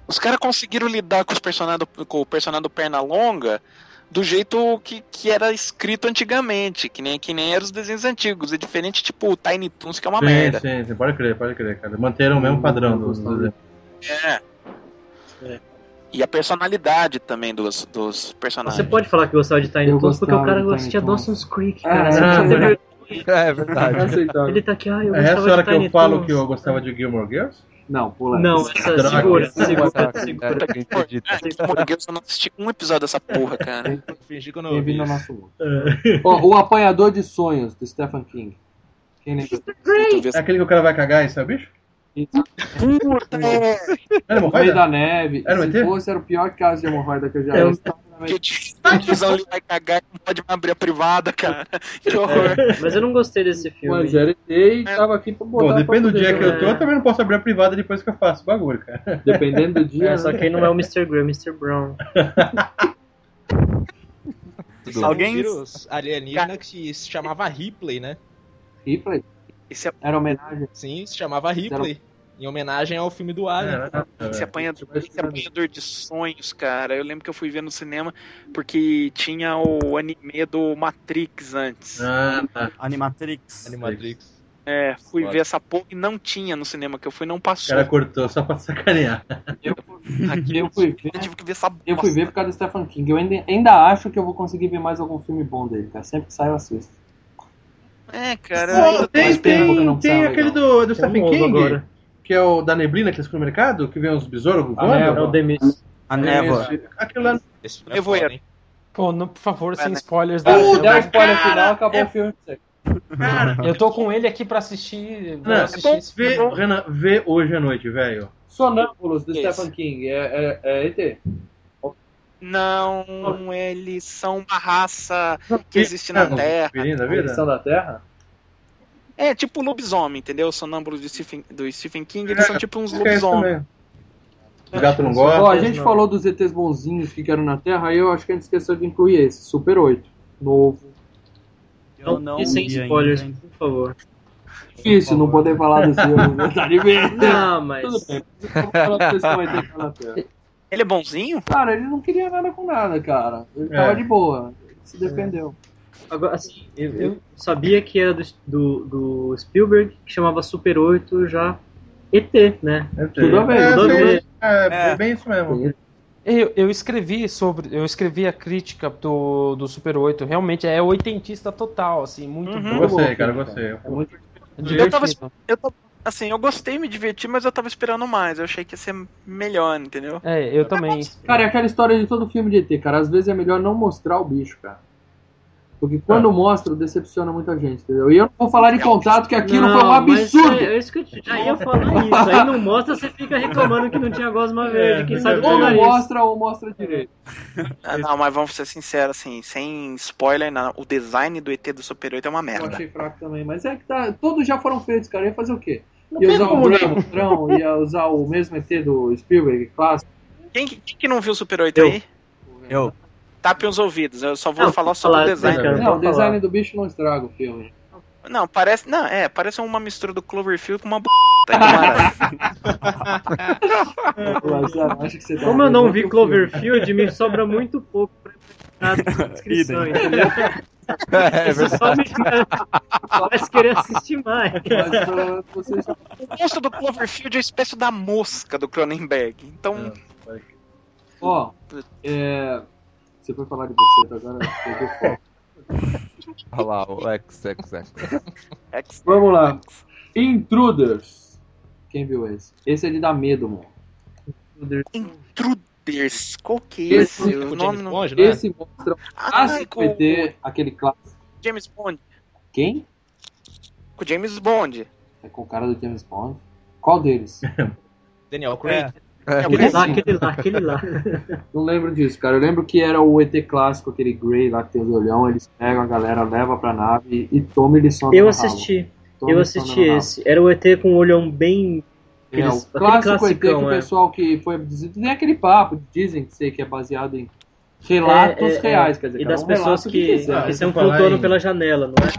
[SPEAKER 7] Os caras conseguiram lidar com, os personagem do, com o personagem do Pernalonga do jeito que, que era escrito antigamente, que nem, que nem eram os desenhos antigos. É diferente, tipo, o Tiny Toons, que é uma
[SPEAKER 3] sim,
[SPEAKER 7] merda.
[SPEAKER 3] Sim, sim, pode crer, pode crer, cara. Manteram o mesmo padrão dos desenhos.
[SPEAKER 7] É.
[SPEAKER 4] É.
[SPEAKER 7] E a personalidade também dos, dos
[SPEAKER 4] Você
[SPEAKER 7] personagens.
[SPEAKER 4] pode falar que gostava de Tiny
[SPEAKER 7] Eu
[SPEAKER 4] Toons porque o
[SPEAKER 7] gostava
[SPEAKER 4] cara
[SPEAKER 7] de Tiny
[SPEAKER 4] gostia
[SPEAKER 7] Toons.
[SPEAKER 4] Dawson's Creek,
[SPEAKER 7] É,
[SPEAKER 2] Ah,
[SPEAKER 4] cara.
[SPEAKER 7] é
[SPEAKER 4] Você
[SPEAKER 3] Ah,
[SPEAKER 4] precisa ter
[SPEAKER 7] verdade.
[SPEAKER 4] vergonha.
[SPEAKER 16] É verdade.
[SPEAKER 4] É
[SPEAKER 2] então.
[SPEAKER 4] aceitável. Ele tá aqui, ah, eu
[SPEAKER 3] É essa
[SPEAKER 4] gostava
[SPEAKER 3] hora
[SPEAKER 4] de
[SPEAKER 3] que eu
[SPEAKER 4] Tiny
[SPEAKER 3] falo
[SPEAKER 4] Toons.
[SPEAKER 3] que eu gostava de Gilmore Girls?
[SPEAKER 2] Não, pula
[SPEAKER 4] Não, essa-
[SPEAKER 3] Droga.
[SPEAKER 4] segura, segura,
[SPEAKER 3] Caraca,
[SPEAKER 4] segura.
[SPEAKER 3] cara, quem acredita?
[SPEAKER 7] Porque eu só não assisti um episódio dessa porra, cara.
[SPEAKER 17] Fingi que eu não ouvi.
[SPEAKER 2] Bem-vindo ao nosso mundo.
[SPEAKER 4] É.
[SPEAKER 2] Ó, o Apanhador de Sonhos, do Stephen King. Quem lembra?
[SPEAKER 3] É aquele que o cara vai cagar, isso é bicho?
[SPEAKER 7] Puta!
[SPEAKER 3] Era
[SPEAKER 2] No
[SPEAKER 3] hemorroida?
[SPEAKER 2] meio da neve.
[SPEAKER 3] Era um
[SPEAKER 2] se
[SPEAKER 3] ET?
[SPEAKER 2] fosse, era o pior caso de hemorroida que eu já
[SPEAKER 3] Eu-
[SPEAKER 2] estava na minha-
[SPEAKER 7] O tiozão ali vai cagar e não pode mais abrir a privada, cara.
[SPEAKER 4] É.
[SPEAKER 7] Que horror.
[SPEAKER 4] Mas eu não gostei desse filme.
[SPEAKER 2] Mas é, era e tava aqui pra botar.
[SPEAKER 3] Bom,
[SPEAKER 2] pra
[SPEAKER 3] depende do
[SPEAKER 2] poder
[SPEAKER 3] dia que eu tô,
[SPEAKER 2] jogar.
[SPEAKER 3] eu também não posso abrir a privada depois que eu faço o bagulho, cara. *laughs*
[SPEAKER 2] Dependendo do dia,
[SPEAKER 4] É, só que não é o Mr. Grey, é o Mr. Brown.
[SPEAKER 17] Vocês Alguém... viram os alienígena que se chamava Ripley, né?
[SPEAKER 2] Ripley? Era homenagem?
[SPEAKER 17] Sim, se chamava Ripley. Em homenagem ao filme do Alien.
[SPEAKER 2] É,
[SPEAKER 7] Esse, apanha- esse apanhador de sonhos, cara. Eu lembro que eu fui ver no cinema porque tinha o anime do Matrix antes.
[SPEAKER 3] Ah,
[SPEAKER 9] Animatrix.
[SPEAKER 17] Animatrix.
[SPEAKER 7] É, fui
[SPEAKER 3] Foda.
[SPEAKER 7] ver essa porra e não tinha no cinema que eu fui, não
[SPEAKER 3] O
[SPEAKER 7] passou.
[SPEAKER 3] cara cortou só pra sacanear.
[SPEAKER 2] Eu fui ver.
[SPEAKER 7] Eu tive que ver essa
[SPEAKER 2] Eu fui ver é por causa do Stephen King. Eu ainda, ainda acho que eu vou conseguir ver mais algum filme bom dele, cara. Sempre que sai, eu assisto.
[SPEAKER 7] É,
[SPEAKER 3] Pô,
[SPEAKER 7] cara.
[SPEAKER 3] tem,
[SPEAKER 2] Mas pena porque
[SPEAKER 3] tem,
[SPEAKER 2] não
[SPEAKER 3] tem um
[SPEAKER 2] precisava,
[SPEAKER 3] aquele
[SPEAKER 2] não.
[SPEAKER 3] do, do
[SPEAKER 2] Eu
[SPEAKER 3] Stephen
[SPEAKER 2] não uso
[SPEAKER 3] King,
[SPEAKER 2] agora.
[SPEAKER 3] que é o da neblina que eles ficam no mercado, que vem os besouros voando.
[SPEAKER 4] névoa. É o Demis.
[SPEAKER 9] A
[SPEAKER 3] névoa. Aquilo *laughs* lá...
[SPEAKER 17] é
[SPEAKER 7] Nevoeiro.
[SPEAKER 8] Pô, não, por favor, sem spoilers
[SPEAKER 2] Ah,
[SPEAKER 8] da
[SPEAKER 2] se der um
[SPEAKER 8] filme.
[SPEAKER 2] spoiler final, acabou o filme.
[SPEAKER 3] Uhum.
[SPEAKER 8] Eu tô com ele aqui pra assistir. Vou
[SPEAKER 3] Não, então
[SPEAKER 8] assistir esse
[SPEAKER 3] vê,
[SPEAKER 8] filme.
[SPEAKER 3] Renan, vê hoje à noite, velho.
[SPEAKER 2] Sonâmbulos do
[SPEAKER 7] Que
[SPEAKER 2] Stephen King. É, é, é ET.
[SPEAKER 7] Não, eles são uma raça que existe na Terra.
[SPEAKER 3] Pirina,
[SPEAKER 2] Eles são da Terra?
[SPEAKER 7] É, tipo lobisomem, entendeu? Sonâmbulos do Stephen, do Stephen King, eles são tipo uns
[SPEAKER 3] Acho que é isso
[SPEAKER 7] lobisomens.
[SPEAKER 3] também. O gato não
[SPEAKER 2] Ó, a
[SPEAKER 3] gosta.
[SPEAKER 2] gente falou dos ETs bonzinhos que eram na Terra, aí eu acho que a gente esqueceu de incluir esse. Super 8. Novo.
[SPEAKER 9] Eu não
[SPEAKER 4] E sem
[SPEAKER 9] vi ainda,
[SPEAKER 4] spoilers,
[SPEAKER 9] hein?
[SPEAKER 4] por favor.
[SPEAKER 2] Difícil não poder falar
[SPEAKER 3] *laughs*
[SPEAKER 2] do filme. né? Tá de ver.
[SPEAKER 4] Não, Ah, mas-
[SPEAKER 2] Tudo bem. *laughs* Vamos falar do que esse ET que era na Terra.
[SPEAKER 7] Ele é bonzinho?
[SPEAKER 2] Cara, ele não queria nada com nada, cara. Ele
[SPEAKER 4] É.
[SPEAKER 2] tava de boa. Ele se defendeu.
[SPEAKER 4] Agora, assim, eu, eu sabia que era do, do, do Spielberg, que chamava Super 8 já ET, né?
[SPEAKER 8] Tudo bem,
[SPEAKER 4] Tudo
[SPEAKER 8] tudo
[SPEAKER 4] bem.
[SPEAKER 8] bem.
[SPEAKER 3] É, bem isso mesmo.
[SPEAKER 8] Eu, eu escrevi sobre. Eu escrevi a crítica do, do Super 8. Realmente é oitentista total, assim, muito
[SPEAKER 7] Uhum.
[SPEAKER 8] bom.
[SPEAKER 3] Eu gostei, cara, eu gostei.
[SPEAKER 8] É muito
[SPEAKER 7] Eu tava,
[SPEAKER 8] divertido.
[SPEAKER 7] eu tava- assim, eu gostei, me diverti, mas eu tava esperando mais. Eu achei que ia ser melhor, entendeu?
[SPEAKER 8] É, eu também.
[SPEAKER 2] Cara, é aquela história de todo filme de ET, cara. Às vezes é melhor não mostrar o bicho, cara. Porque quando
[SPEAKER 4] É.
[SPEAKER 2] mostra, decepciona muita gente, entendeu? E eu não vou falar de contato que aquilo foi um
[SPEAKER 4] mas
[SPEAKER 2] absurdo.
[SPEAKER 4] É, é isso que eu te- já ia falar isso. Aí não mostra, você fica reclamando que não tinha gosma verde.
[SPEAKER 3] É,
[SPEAKER 4] Quem sabe
[SPEAKER 2] ou
[SPEAKER 4] pega
[SPEAKER 2] não
[SPEAKER 4] é isso. é
[SPEAKER 2] mostra ou mostra direito.
[SPEAKER 7] Ah, não, mas vamos ser sinceros, assim, sem spoiler, não. o design do ET do Super 8 é uma
[SPEAKER 2] Eu
[SPEAKER 7] merda.
[SPEAKER 2] achei fraco também, mas é que tá. Todos já foram feitos, cara. Ia fazer o quê?
[SPEAKER 7] Não
[SPEAKER 2] Ia
[SPEAKER 7] tem
[SPEAKER 2] usar o
[SPEAKER 7] como
[SPEAKER 4] né?
[SPEAKER 7] não.
[SPEAKER 2] mesmo trão, ia usar o mesmo ET do Spielberg clássico.
[SPEAKER 7] Quem, que- quem que não viu o Super 8 aí?
[SPEAKER 9] Eu.
[SPEAKER 7] Tape os ouvidos, eu só vou
[SPEAKER 2] Não,
[SPEAKER 7] falar sobre o design.
[SPEAKER 2] Não, o design do bicho não estraga o filme.
[SPEAKER 7] Não, parece. Não, é, parece uma mistura do Cloverfield com uma b. Tá de
[SPEAKER 2] *laughs*
[SPEAKER 7] mara.
[SPEAKER 2] Marcelo, acho que você tá
[SPEAKER 4] É. Como eu não
[SPEAKER 2] vendo
[SPEAKER 4] vi
[SPEAKER 2] outro filme.
[SPEAKER 4] Cloverfield, me sobra muito pouco pra *laughs* prestar descrição, entendeu? Isso só me faz querer assistir mais.
[SPEAKER 2] ah,
[SPEAKER 7] O monstro do Cloverfield é a espécie da mosca do Cronenberg. Então.
[SPEAKER 2] Ó, é... você foi falar de você tá agora, perdeu o foco.
[SPEAKER 16] Olha lá, o X, X, X.
[SPEAKER 2] É.
[SPEAKER 7] é
[SPEAKER 2] Vamos lá. Intruders. Quem viu esse? Esse é de dar medo, mano.
[SPEAKER 7] Intruders. Qual que é esse? O nome não.
[SPEAKER 2] esse mostra o
[SPEAKER 7] Ah,
[SPEAKER 2] clássico
[SPEAKER 7] com-
[SPEAKER 2] ET, aquele clássico.
[SPEAKER 7] James Bond.
[SPEAKER 2] Quem?
[SPEAKER 7] Com o James Bond.
[SPEAKER 2] É com o cara do James Bond. Qual deles?
[SPEAKER 17] Daniel Craig.
[SPEAKER 2] É
[SPEAKER 4] Aquele lá,
[SPEAKER 2] esse?
[SPEAKER 4] aquele lá, aquele lá.
[SPEAKER 2] Não lembro disso, cara. Eu lembro que era o ET clássico, aquele Grey lá que tem os olhão. Eles pegam a galera, leva pra nave e toma e só
[SPEAKER 4] Eu assisti. Eu assisti esse. Era o ET com o olhão bem.
[SPEAKER 2] É, o
[SPEAKER 4] aqueles- aquele
[SPEAKER 2] clássico ET que o
[SPEAKER 4] classicão, é.
[SPEAKER 2] pessoal que foi abduzido. Tem aquele papo, dizem que sei que é baseado em relatos
[SPEAKER 4] É, é, é.
[SPEAKER 2] reais, quer dizer,
[SPEAKER 4] E
[SPEAKER 2] cada
[SPEAKER 4] das
[SPEAKER 2] um
[SPEAKER 4] pessoas
[SPEAKER 2] relata o
[SPEAKER 4] que,
[SPEAKER 2] quiser.
[SPEAKER 4] que são flutuando pela janela, não é?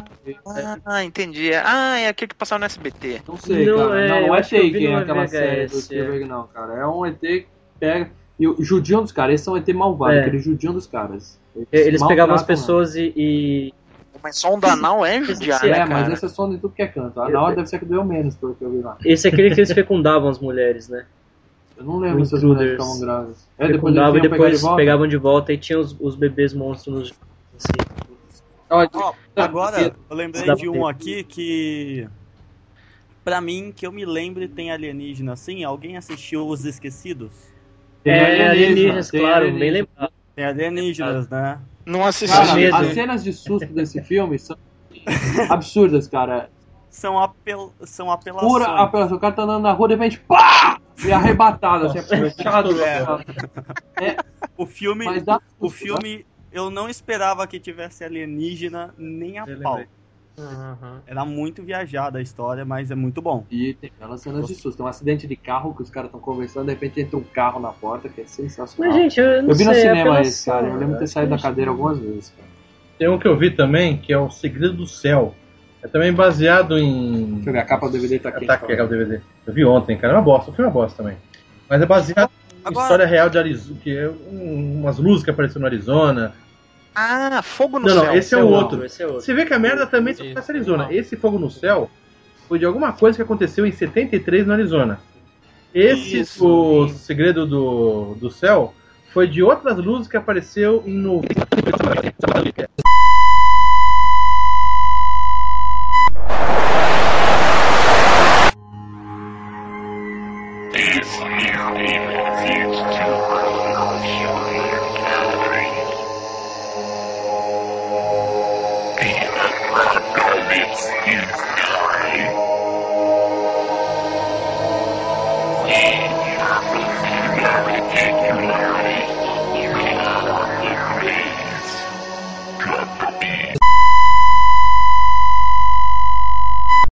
[SPEAKER 7] Ah, entendi. Ah, é aquele que passava no SBT.
[SPEAKER 2] Não sei, cara. não, não é Taken, é aquela série do
[SPEAKER 4] VHS,
[SPEAKER 2] Spielberg, não, cara. É um ET que pega. E o judiam dos caras, esse é um ET malvado,
[SPEAKER 4] É.
[SPEAKER 2] aquele judiam dos caras.
[SPEAKER 4] Eles pegavam as
[SPEAKER 2] maltratam, né?
[SPEAKER 4] pessoas e, e.
[SPEAKER 18] Mas
[SPEAKER 7] um
[SPEAKER 18] sonda anal
[SPEAKER 7] *laughs*
[SPEAKER 18] é
[SPEAKER 2] É, mas essa é só de tudo que é canto. A Naua deve ser que doeu menos, pelo que eu vi lá.
[SPEAKER 4] Esse é aquele que eles fecundavam as mulheres, né?
[SPEAKER 2] Eu não lembro
[SPEAKER 4] O
[SPEAKER 2] se as mulheres
[SPEAKER 4] Intruders.
[SPEAKER 2] ficavam grávidas. É, depois
[SPEAKER 4] Fecundavam e
[SPEAKER 2] eles iam pegar de
[SPEAKER 4] depois
[SPEAKER 2] volta?
[SPEAKER 4] pegavam de volta e tinha os, os bebês monstros nos. Assim.
[SPEAKER 9] Ó, agora eu lembrei de um aqui que. Pra mim, que eu me lembre, tem alienígena assim. Alguém assistiu Os Esquecidos?
[SPEAKER 4] Tem É, alienígena, alienígenas, tem claro, bem alienígena.
[SPEAKER 9] lembrado. Tem alienígenas, né?
[SPEAKER 18] Não
[SPEAKER 2] Cara, as cenas de susto desse filme são absurdas, cara.
[SPEAKER 9] São, apel... são apelações.
[SPEAKER 2] Pura apelação. O cara tá andando na rua, de repente, pá! E arrebatado, assim, fechado.
[SPEAKER 9] O filme,
[SPEAKER 2] Mas dá né?
[SPEAKER 9] o
[SPEAKER 2] susto,
[SPEAKER 9] filme, eu não esperava que tivesse alienígena nem a pau. Era muito viajada a história, mas é muito bom.
[SPEAKER 2] E tem belas cenas de susto. Tem um acidente de carro que os caras estão conversando, de repente entra um carro na porta, que é sensacional.
[SPEAKER 4] Mas, gente, eu não
[SPEAKER 2] vi no
[SPEAKER 4] sei, é
[SPEAKER 2] cinema
[SPEAKER 4] apelação,
[SPEAKER 2] esse, cara. Eu lembro de ter
[SPEAKER 4] acho
[SPEAKER 2] saído da
[SPEAKER 4] que-
[SPEAKER 2] cadeira algumas vezes, cara.
[SPEAKER 3] Tem um que eu vi também, que é O Segredo do Céu. É também baseado em. Deixa
[SPEAKER 2] eu ver, a capa do DVD tá
[SPEAKER 3] aqui. Tá aqui, a capa do DVD. Eu vi ontem, cara. É uma bosta, o filme é uma bosta também. Mas é baseado em história real de Arizona, que é um- umas luzes que apareceram no Arizona.
[SPEAKER 18] Ah, fogo no
[SPEAKER 3] Não,
[SPEAKER 18] céu.
[SPEAKER 3] não, esse é o outro. Você vê que a merda também se acontece no Arizona. Esse fogo no céu foi de alguma coisa que aconteceu em 73 no Arizona. Esse,
[SPEAKER 18] Isso.
[SPEAKER 3] o segredo do, do céu, foi de outras luzes que apareceu no.